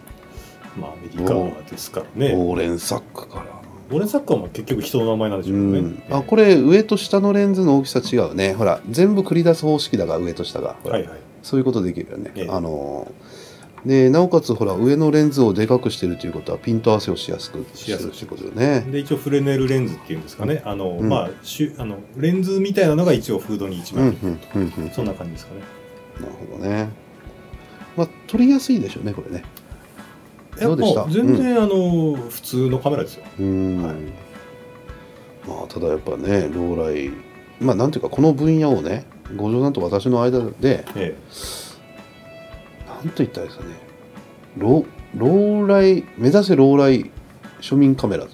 [SPEAKER 3] まあアメリカはですからね。
[SPEAKER 2] オーレンサックから。
[SPEAKER 3] オレンサッカーも結局人の名前なんでし
[SPEAKER 2] う
[SPEAKER 3] ょうけど
[SPEAKER 2] ん、
[SPEAKER 3] ね。
[SPEAKER 2] あこれ上と下のレンズの大きさ違うねほら全部繰り出す方式だが上と下が、ほら
[SPEAKER 3] はいはい。
[SPEAKER 2] そういうことできるよね、
[SPEAKER 3] ええ
[SPEAKER 2] あのーでなおかつほら上のレンズをでかくしてるということはピント合わせをしやすくしてるってことよね
[SPEAKER 3] で、一応フレネルレンズっていうんですかね。あの、
[SPEAKER 2] うん
[SPEAKER 3] まあ、しゅあの、レンズみたいなのが一応フードに一
[SPEAKER 2] うんう
[SPEAKER 3] 枚。
[SPEAKER 2] んうんうん
[SPEAKER 3] そんな感じですかね。
[SPEAKER 2] なるほどねまあ撮りやすいでしょうねこれねどうでした
[SPEAKER 3] いやも全然、あの、普通のカメラですよ。
[SPEAKER 2] うーん
[SPEAKER 3] はい
[SPEAKER 2] まあただやっぱね老来まあなんていうかこの分野をね五条さんと私の間で
[SPEAKER 3] え
[SPEAKER 2] なんと言ったらいいですかね老老来目指せ老来庶民カメラと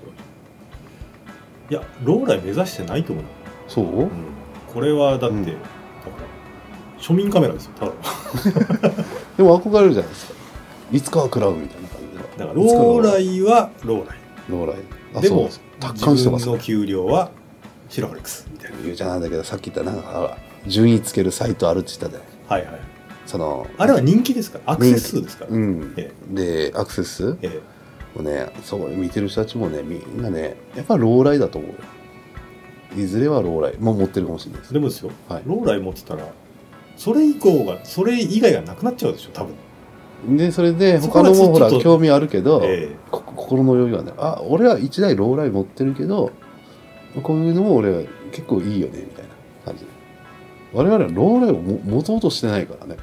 [SPEAKER 3] え。いや、ローライ目指してないと思うな。
[SPEAKER 2] そう
[SPEAKER 3] うんこれはだって、
[SPEAKER 2] うん
[SPEAKER 3] だから庶民カメラですよただのだか
[SPEAKER 2] でも憧れるじゃないですかいつかは食らうみたいな感じで
[SPEAKER 3] らローライはローライ
[SPEAKER 2] 老来あ
[SPEAKER 3] で
[SPEAKER 2] そう
[SPEAKER 3] も
[SPEAKER 2] です達観してま
[SPEAKER 3] 自
[SPEAKER 2] す
[SPEAKER 3] 分の給料はシロフレックスみたいな
[SPEAKER 2] 言うじゃなんだけどさっき言ったなんかほら順位つけるサイトあるって言ったで
[SPEAKER 3] はいはい
[SPEAKER 2] その
[SPEAKER 3] あれは人気ですからアクセス数ですから、
[SPEAKER 2] うん
[SPEAKER 3] え
[SPEAKER 2] でアクセス
[SPEAKER 3] ええ
[SPEAKER 2] もうね、そう見てる人たちもね、みんなね、やっぱ老来だと思うよ。いずれは老来、もう持ってるかもしれないです。
[SPEAKER 3] えでもですよ、
[SPEAKER 2] はい
[SPEAKER 3] ローライ持ってたらそれ以降がそれ以外がなくなっちゃうでしょ多分、
[SPEAKER 2] で、それで、
[SPEAKER 3] そこ
[SPEAKER 2] 他
[SPEAKER 3] が
[SPEAKER 2] の
[SPEAKER 3] ちょ
[SPEAKER 2] もほら
[SPEAKER 3] ちょっ、と
[SPEAKER 2] 興味あるけど、
[SPEAKER 3] え
[SPEAKER 2] こ心の余裕はね、あ、俺は一台老来持ってるけど、こういうのも俺は結構いいよね、みたいな感じ。我々は老来をも持とうとしてないから ね。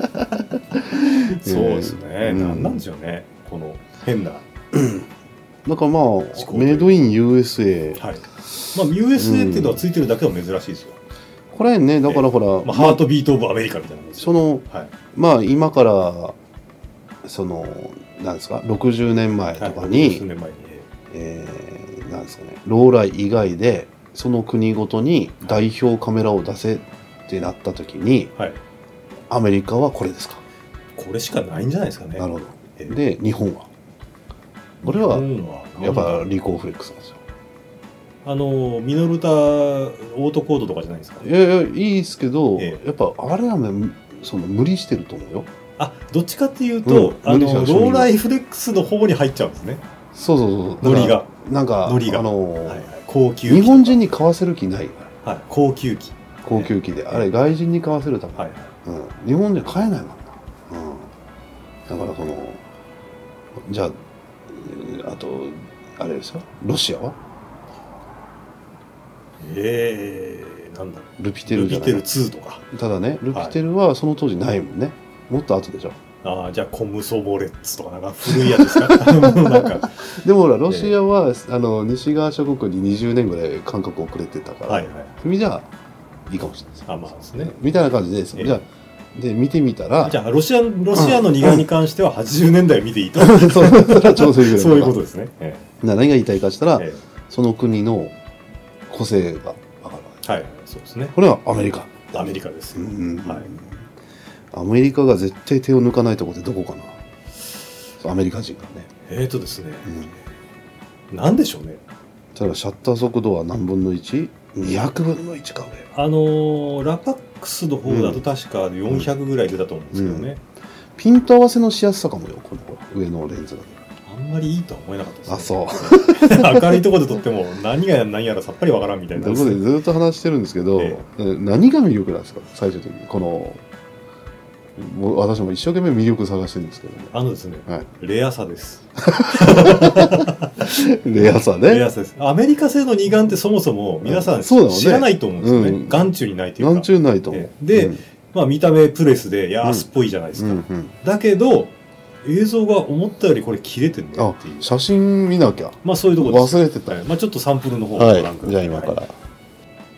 [SPEAKER 3] えそうですね、
[SPEAKER 2] うん
[SPEAKER 3] なんなんでしょうねこの変なは
[SPEAKER 2] だからまあ、
[SPEAKER 3] という
[SPEAKER 2] メイドイン USA
[SPEAKER 3] い。まあ USA っていうのはついてるだけは珍しいですよ、
[SPEAKER 2] これね、だからほら、
[SPEAKER 3] まあ、ハートビートオブアメリカみたいなもんですよ
[SPEAKER 2] その、
[SPEAKER 3] はい
[SPEAKER 2] まあ今からそのなんですか60年前とか
[SPEAKER 3] はい
[SPEAKER 2] に、
[SPEAKER 3] 数年前にえ
[SPEAKER 2] えーなんですかね老来以外でその国ごとに代表カメラを出せってなった時に
[SPEAKER 3] えはい
[SPEAKER 2] アメリカはこれですか、
[SPEAKER 3] これしかないんじゃないですかね。
[SPEAKER 2] なるほ
[SPEAKER 3] え
[SPEAKER 2] ど
[SPEAKER 3] ー、
[SPEAKER 2] で日本はこれは
[SPEAKER 3] 日本は
[SPEAKER 2] やっぱ
[SPEAKER 3] なんだ
[SPEAKER 2] リコーフレックスなんですよ
[SPEAKER 3] あのミノルタオートコードとかじゃないですか、
[SPEAKER 2] いやいやいいですけど、
[SPEAKER 3] え
[SPEAKER 2] やっぱあれはねその無理してると思うよ
[SPEAKER 3] あどっちかっていうと、
[SPEAKER 2] うん
[SPEAKER 3] あ
[SPEAKER 2] 無理
[SPEAKER 3] の
[SPEAKER 2] じゃ
[SPEAKER 3] ロ
[SPEAKER 2] ん庶民
[SPEAKER 3] ー
[SPEAKER 2] は
[SPEAKER 3] ライフレックスの方に入っちゃうんですね。
[SPEAKER 2] そうそうそう
[SPEAKER 3] ノリが、
[SPEAKER 2] なんか
[SPEAKER 3] ノリが
[SPEAKER 2] あの
[SPEAKER 3] はいはい、高級機
[SPEAKER 2] 日本人に買わせる気ない
[SPEAKER 3] はい高級機
[SPEAKER 2] 高級機で、あれ外人に買わせるため、
[SPEAKER 3] はい
[SPEAKER 2] うん、日本で買えないもんな、うん、だからそのじゃあえーあとあれですよロシアは
[SPEAKER 3] えー、なんだろ
[SPEAKER 2] ルピ
[SPEAKER 3] う
[SPEAKER 2] テル
[SPEAKER 3] ル
[SPEAKER 2] じゃ
[SPEAKER 3] ビ
[SPEAKER 2] ない
[SPEAKER 3] テル2とか
[SPEAKER 2] ただねルピテルはその当時ないもんね、もっと後でしょ
[SPEAKER 3] あーじゃあコムソボレッツとかなんか古いや つですかなんか
[SPEAKER 2] でもほらロシアは、あの西側諸国に20年ぐらい間隔遅れてたから、
[SPEAKER 3] はいはい
[SPEAKER 2] 君じゃいいかもしれないです
[SPEAKER 3] あまあですね
[SPEAKER 2] みたいな感じです、
[SPEAKER 3] ええ
[SPEAKER 2] じゃあで、見てみたら
[SPEAKER 3] じ、ゃあ、ロシア、ロシアの苦に関しては80年代を見ていいと。
[SPEAKER 2] そうそれは調整ぐらい
[SPEAKER 3] そういうことですね。え
[SPEAKER 2] な何が言いたいかした
[SPEAKER 3] え
[SPEAKER 2] ら、
[SPEAKER 3] え
[SPEAKER 2] その国の個性がわかるわけ
[SPEAKER 3] えはい、そうですね。
[SPEAKER 2] これはアメリカ。
[SPEAKER 3] アメリカです
[SPEAKER 2] う
[SPEAKER 3] よ。
[SPEAKER 2] ん
[SPEAKER 3] はい
[SPEAKER 2] アメリカが絶対手を抜かないとこってどこかなそうアメリカ人がね。
[SPEAKER 3] えーとですね、
[SPEAKER 2] うん
[SPEAKER 3] なんでしょうね。
[SPEAKER 2] 例えばシャッター速度は何分の 1?200 分の1か上。
[SPEAKER 3] あのーラパックスの方だと確か400ぐらい出たと思うんですけどね。
[SPEAKER 2] ピント合わせのしやすさかもよ、この上のレンズだけ。
[SPEAKER 3] あんまりいいとは思えなかったです、ね。
[SPEAKER 2] あ、そう。
[SPEAKER 3] 明るいところで撮っても何が何やらさっぱりわからんみたいな
[SPEAKER 2] ということでずっと話してるんですけど、
[SPEAKER 3] え
[SPEAKER 2] え何が魅力なんですか最終的に。この、もう私も一生懸命魅力探してるんですけどね。
[SPEAKER 3] あのですね、
[SPEAKER 2] はい
[SPEAKER 3] レアさです。
[SPEAKER 2] レアさ
[SPEAKER 3] レ
[SPEAKER 2] ね。
[SPEAKER 3] アさです。アメリカ製の二眼ってそもそも皆さん
[SPEAKER 2] そうだよね
[SPEAKER 3] 知らないと思うんですよね。
[SPEAKER 2] うん
[SPEAKER 3] 眼中にないというか。
[SPEAKER 2] なんちゅうないと思う
[SPEAKER 3] え。えで
[SPEAKER 2] うん
[SPEAKER 3] まあ見た目プレスで、いや、
[SPEAKER 2] うん
[SPEAKER 3] 安っぽいじゃないです
[SPEAKER 2] う
[SPEAKER 3] か。
[SPEAKER 2] んうん、
[SPEAKER 3] だけど、映像が思ったよりこれ切れてんね
[SPEAKER 2] あ
[SPEAKER 3] っていう。
[SPEAKER 2] 写真見なきゃ
[SPEAKER 3] まあそういうところです。
[SPEAKER 2] 忘れてた
[SPEAKER 3] はいまあちょっとサンプルの方を
[SPEAKER 2] は
[SPEAKER 3] ご覧く
[SPEAKER 2] い
[SPEAKER 3] ださ
[SPEAKER 2] じゃあ今から、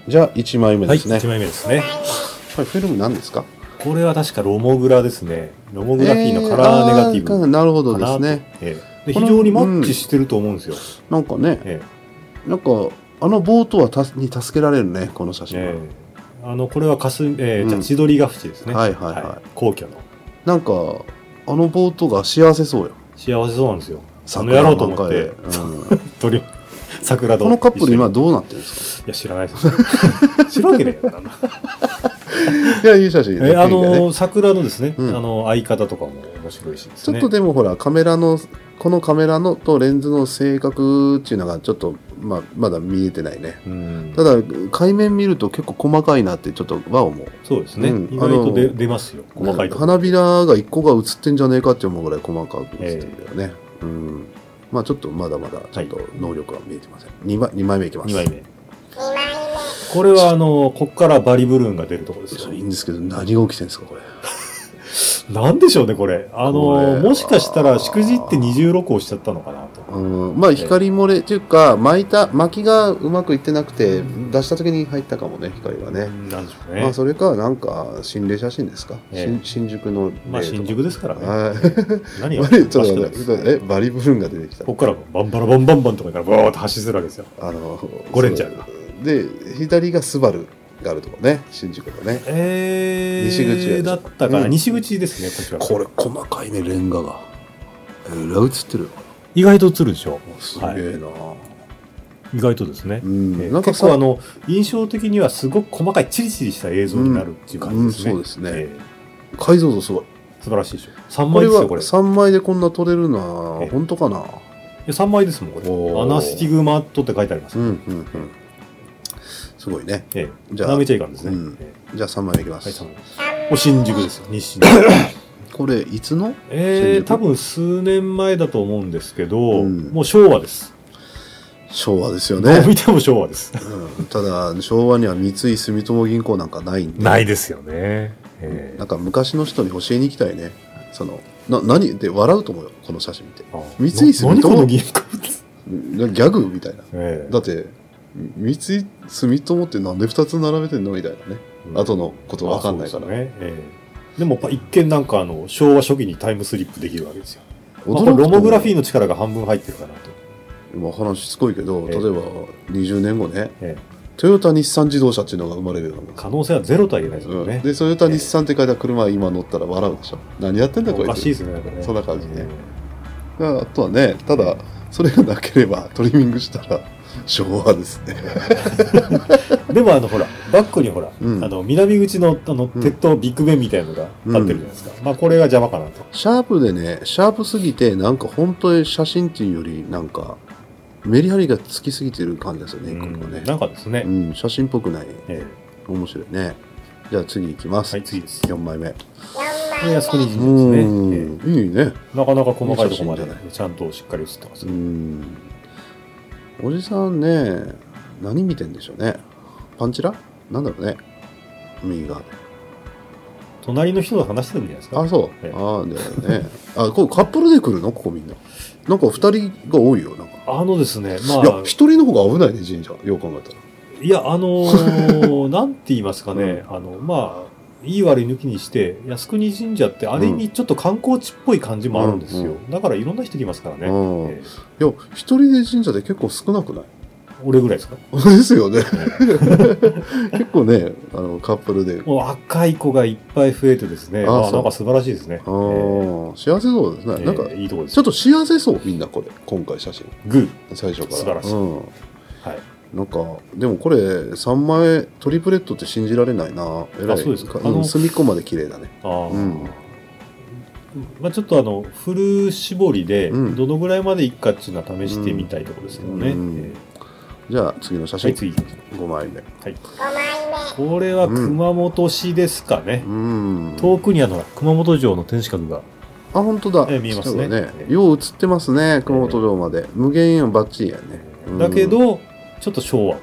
[SPEAKER 2] じゃあ1枚目
[SPEAKER 3] は
[SPEAKER 2] で
[SPEAKER 3] い、
[SPEAKER 2] すね、
[SPEAKER 3] 1枚目ですね。
[SPEAKER 2] はい、フィルム何ですか
[SPEAKER 3] これは確かロモグラですね。ロモグラフィーのカラーネガティブ
[SPEAKER 2] えーあ
[SPEAKER 3] か
[SPEAKER 2] ーなるほどで
[SPEAKER 3] な
[SPEAKER 2] す
[SPEAKER 3] と。
[SPEAKER 2] ね
[SPEAKER 3] ええで
[SPEAKER 2] この
[SPEAKER 3] 非常にマッチしてると思うんですよ。
[SPEAKER 2] なんかね
[SPEAKER 3] ええ
[SPEAKER 2] なんかあのボートはたすに助けられるねこの写真は、
[SPEAKER 3] ええあのこれはかす、ええ
[SPEAKER 2] うん
[SPEAKER 3] じゃあ千鳥ヶ淵ですね、
[SPEAKER 2] はいはいはい
[SPEAKER 3] 皇居の
[SPEAKER 2] なんかあのボートが幸せそうよ
[SPEAKER 3] 幸せそうなんですよあの
[SPEAKER 2] 桜
[SPEAKER 3] 野
[SPEAKER 2] の
[SPEAKER 3] 郎と思って
[SPEAKER 2] 満開でうん
[SPEAKER 3] 鳥桜と
[SPEAKER 2] このカップル今
[SPEAKER 3] 一緒に
[SPEAKER 2] どうなってるんです
[SPEAKER 3] いや知らないです知るわけねえよ
[SPEAKER 2] かいやいい写真、
[SPEAKER 3] ええ
[SPEAKER 2] 雰
[SPEAKER 3] あ
[SPEAKER 2] 囲気がね
[SPEAKER 3] の桜のですね、
[SPEAKER 2] うん
[SPEAKER 3] あの相方とかも面白いしです
[SPEAKER 2] ちょ
[SPEAKER 3] ね
[SPEAKER 2] っとでもほらカメラのこのカメラのとレンズの性格っていうのがちょっと、まあ、まだ見えてないね
[SPEAKER 3] うん
[SPEAKER 2] ただ海面見ると結構細かいなってちょっとは思う
[SPEAKER 3] そうですね、
[SPEAKER 2] うん
[SPEAKER 3] 意外と
[SPEAKER 2] あ
[SPEAKER 3] 出
[SPEAKER 2] の
[SPEAKER 3] 出ますよ細かいところ
[SPEAKER 2] 花びらが一個が映ってんじゃねえかって思うぐらい細かく映ってるんだよね、うんまあちょっとまだまだちょっと能力は見えてません、二 2, 枚二枚目いきます
[SPEAKER 3] 2枚目これはあのこっからバリブルーンが出るところですよ
[SPEAKER 2] そういいんですけど何が起きてんですかこれ
[SPEAKER 3] なんでしょうねこれあ
[SPEAKER 2] これ
[SPEAKER 3] の
[SPEAKER 2] は
[SPEAKER 3] もしかしたらしくじって二重録をしちゃったのかなと
[SPEAKER 2] うんまあ光漏れっていうか巻いた巻きがうまくいってなくて出した時に入ったかもね光がね、
[SPEAKER 3] なんでしょう
[SPEAKER 2] まあ
[SPEAKER 3] ね。
[SPEAKER 2] それかなんか心霊写真ですか、
[SPEAKER 3] ええ
[SPEAKER 2] 新新宿の例とか
[SPEAKER 3] まあ新宿ですからね。
[SPEAKER 2] はい
[SPEAKER 3] 何が
[SPEAKER 2] バ
[SPEAKER 3] おかし
[SPEAKER 2] リちょっと
[SPEAKER 3] くない
[SPEAKER 2] 待
[SPEAKER 3] です
[SPEAKER 2] ってえバリブルーンが出てきた
[SPEAKER 3] ここからバンバラバンバンバンとかからバーッと発信するわけですよ。
[SPEAKER 2] あの
[SPEAKER 3] ゴレンジャーが
[SPEAKER 2] そうで左がスバルがあるとこね新宿のね
[SPEAKER 3] えー、
[SPEAKER 2] 西口やでしょ
[SPEAKER 3] だったかな、
[SPEAKER 2] うん
[SPEAKER 3] 西口ですね、こっち
[SPEAKER 2] こ
[SPEAKER 3] は。
[SPEAKER 2] れ細かいねレンガがえらい映ってるよ
[SPEAKER 3] 意外と映るでしょ。
[SPEAKER 2] すげえな、
[SPEAKER 3] 意外とですね
[SPEAKER 2] う。
[SPEAKER 3] えー
[SPEAKER 2] んなんか
[SPEAKER 3] 結
[SPEAKER 2] さ
[SPEAKER 3] 構あの印象的にはすごく細かいチリチリした映像になるっていう感じですね。
[SPEAKER 2] うんうんそうですね
[SPEAKER 3] え
[SPEAKER 2] 解像度すごい
[SPEAKER 3] ー素晴らしいでしょ。3
[SPEAKER 2] こ
[SPEAKER 3] 枚
[SPEAKER 2] れ
[SPEAKER 3] です
[SPEAKER 2] は
[SPEAKER 3] よ、これ。
[SPEAKER 2] 3枚でこんな撮れるな
[SPEAKER 3] ええ
[SPEAKER 2] 本当かない
[SPEAKER 3] や3枚ですもん、こ
[SPEAKER 2] お
[SPEAKER 3] れ。
[SPEAKER 2] ー
[SPEAKER 3] アナスティグマットって書いてあります。
[SPEAKER 2] うんうんうんすごいね
[SPEAKER 3] えー
[SPEAKER 2] じゃあ
[SPEAKER 3] 舐めちゃいかんですね。
[SPEAKER 2] うん
[SPEAKER 3] え
[SPEAKER 2] じゃあ3枚目いきま
[SPEAKER 3] ーはい、
[SPEAKER 2] す、
[SPEAKER 3] 三枚ですお新宿ですよ、日新宿。
[SPEAKER 2] これいつの
[SPEAKER 3] え
[SPEAKER 2] 新宿
[SPEAKER 3] ー、多分数年前だと思うんですけど、
[SPEAKER 2] うん
[SPEAKER 3] もう昭和です。
[SPEAKER 2] 昭和ですよ
[SPEAKER 3] どう
[SPEAKER 2] ね、
[SPEAKER 3] 見ても昭和です。
[SPEAKER 2] うん、ただ昭和には三井住友銀行なんかないんで
[SPEAKER 3] ないですよね。え
[SPEAKER 2] なんか昔の人に教えに行きたいね。その、な、何で笑うと思うよ、この写真見て。三井住友
[SPEAKER 3] 何こ の銀行です。
[SPEAKER 2] なギャグみたいな。
[SPEAKER 3] え
[SPEAKER 2] だって、み三井住友ってなんで二つ並べてんのみたいなね。後のことわかんないから。
[SPEAKER 3] そうですよねええでもやっぱ一見なんかあの昭和初期にタイムスリップできるわけですよ。まあ、これロモグラフィーの力が半分入ってるかなと。
[SPEAKER 2] まあ話しつこいけど、
[SPEAKER 3] え
[SPEAKER 2] 例
[SPEAKER 3] え
[SPEAKER 2] えば20年後ね、
[SPEAKER 3] ええ
[SPEAKER 2] トヨタ日産自動車っていうのが生まれるような
[SPEAKER 3] 可能性はゼロとは言えないです
[SPEAKER 2] も
[SPEAKER 3] よ
[SPEAKER 2] ん、
[SPEAKER 3] ね
[SPEAKER 2] うん。で、トヨタ日産って書いた車今乗ったら笑うでしょ。何やってんだこ
[SPEAKER 3] お
[SPEAKER 2] い
[SPEAKER 3] かしい
[SPEAKER 2] つ。
[SPEAKER 3] ですね。なんかね
[SPEAKER 2] そんな感じね
[SPEAKER 3] え
[SPEAKER 2] あとはね、ただ、それがなければトリミングしたら昭和ですね。
[SPEAKER 3] えでもあのほらバックにほら、
[SPEAKER 2] うん
[SPEAKER 3] あの南口のあの鉄塔ビッグベンみたいなのが立ってるじゃないですか。まあこれが邪魔かなと。
[SPEAKER 2] シャープでね、シャープすぎて、なんか本当に写真っていうより、なんか、メリハリがつきすぎてる感じですよね、ここ
[SPEAKER 3] う
[SPEAKER 2] ね
[SPEAKER 3] ん、。なんかですね、
[SPEAKER 2] うん、写真っぽくない。
[SPEAKER 3] え
[SPEAKER 2] 面白いね。じゃあ次行きます。
[SPEAKER 3] はい次です
[SPEAKER 2] 4枚目。
[SPEAKER 3] えこれ安子にじ
[SPEAKER 2] う
[SPEAKER 3] みですね、え
[SPEAKER 2] ん、いいね。
[SPEAKER 3] えなかなか細かいとこまで
[SPEAKER 2] いい写真じゃ
[SPEAKER 3] ちゃんとしっかり写ってます、
[SPEAKER 2] うん。おじさんね、何見てんでしょうね。パンチラなんだろうね。右側で。
[SPEAKER 3] 隣の人と話してるんじゃないですか
[SPEAKER 2] あ、そう
[SPEAKER 3] ええ。
[SPEAKER 2] ああ、だよね。あ、こうカップルで来るのここみんな。なんか二人が多いよ、なんか。
[SPEAKER 3] あのですねまあ
[SPEAKER 2] いや、一人の方が危ないね、神社。よう考えたら。
[SPEAKER 3] いやあのーなんて言いますかね、あのまあいい悪い抜きにして、靖国神社ってある意味ちょっと観光地っぽい感じもあるんですよ。
[SPEAKER 2] うん
[SPEAKER 3] だからいろんな人来ますからね。
[SPEAKER 2] うん
[SPEAKER 3] ええ
[SPEAKER 2] いや、一人で神社で結構少なくない
[SPEAKER 3] 俺ぐらいですか
[SPEAKER 2] ですよ ね。結構ね、あの、カップルで。
[SPEAKER 3] もう若い子がいっぱい増えてですね。
[SPEAKER 2] あ
[SPEAKER 3] まあ、
[SPEAKER 2] そう
[SPEAKER 3] なんか素晴らしいですね。
[SPEAKER 2] ああ、幸せそうですね。
[SPEAKER 3] ええ
[SPEAKER 2] なんか、
[SPEAKER 3] ええいいとこです
[SPEAKER 2] ちょっと幸せそう、みんなこれ。今回写真。
[SPEAKER 3] グー。
[SPEAKER 2] 最初から。
[SPEAKER 3] 素晴らしい
[SPEAKER 2] うん
[SPEAKER 3] はい。
[SPEAKER 2] なんかでもこれ3枚トリプレットって信じられないなえらい
[SPEAKER 3] あそうですか
[SPEAKER 2] ん
[SPEAKER 3] あの
[SPEAKER 2] 隅っこまで綺麗だね
[SPEAKER 3] ああ、
[SPEAKER 2] うん
[SPEAKER 3] まあ、ちょっとあのフル絞りで
[SPEAKER 2] うん
[SPEAKER 3] どのぐらいまでいくかっていうのは試してみたいところですけどね、
[SPEAKER 2] うん
[SPEAKER 3] え
[SPEAKER 2] じゃあ次の写真、
[SPEAKER 3] ーはい次行きましょ
[SPEAKER 2] 5枚目
[SPEAKER 3] うこれは熊本市ですかね、
[SPEAKER 2] うん
[SPEAKER 3] 遠くにあの熊本城の天守閣が
[SPEAKER 2] あ本当だ
[SPEAKER 3] ええ見えますね
[SPEAKER 2] 下が
[SPEAKER 3] ええ
[SPEAKER 2] よう写ってますね熊本城まで、無限円バッチリやね、うん
[SPEAKER 3] だけどちょっと昭和っ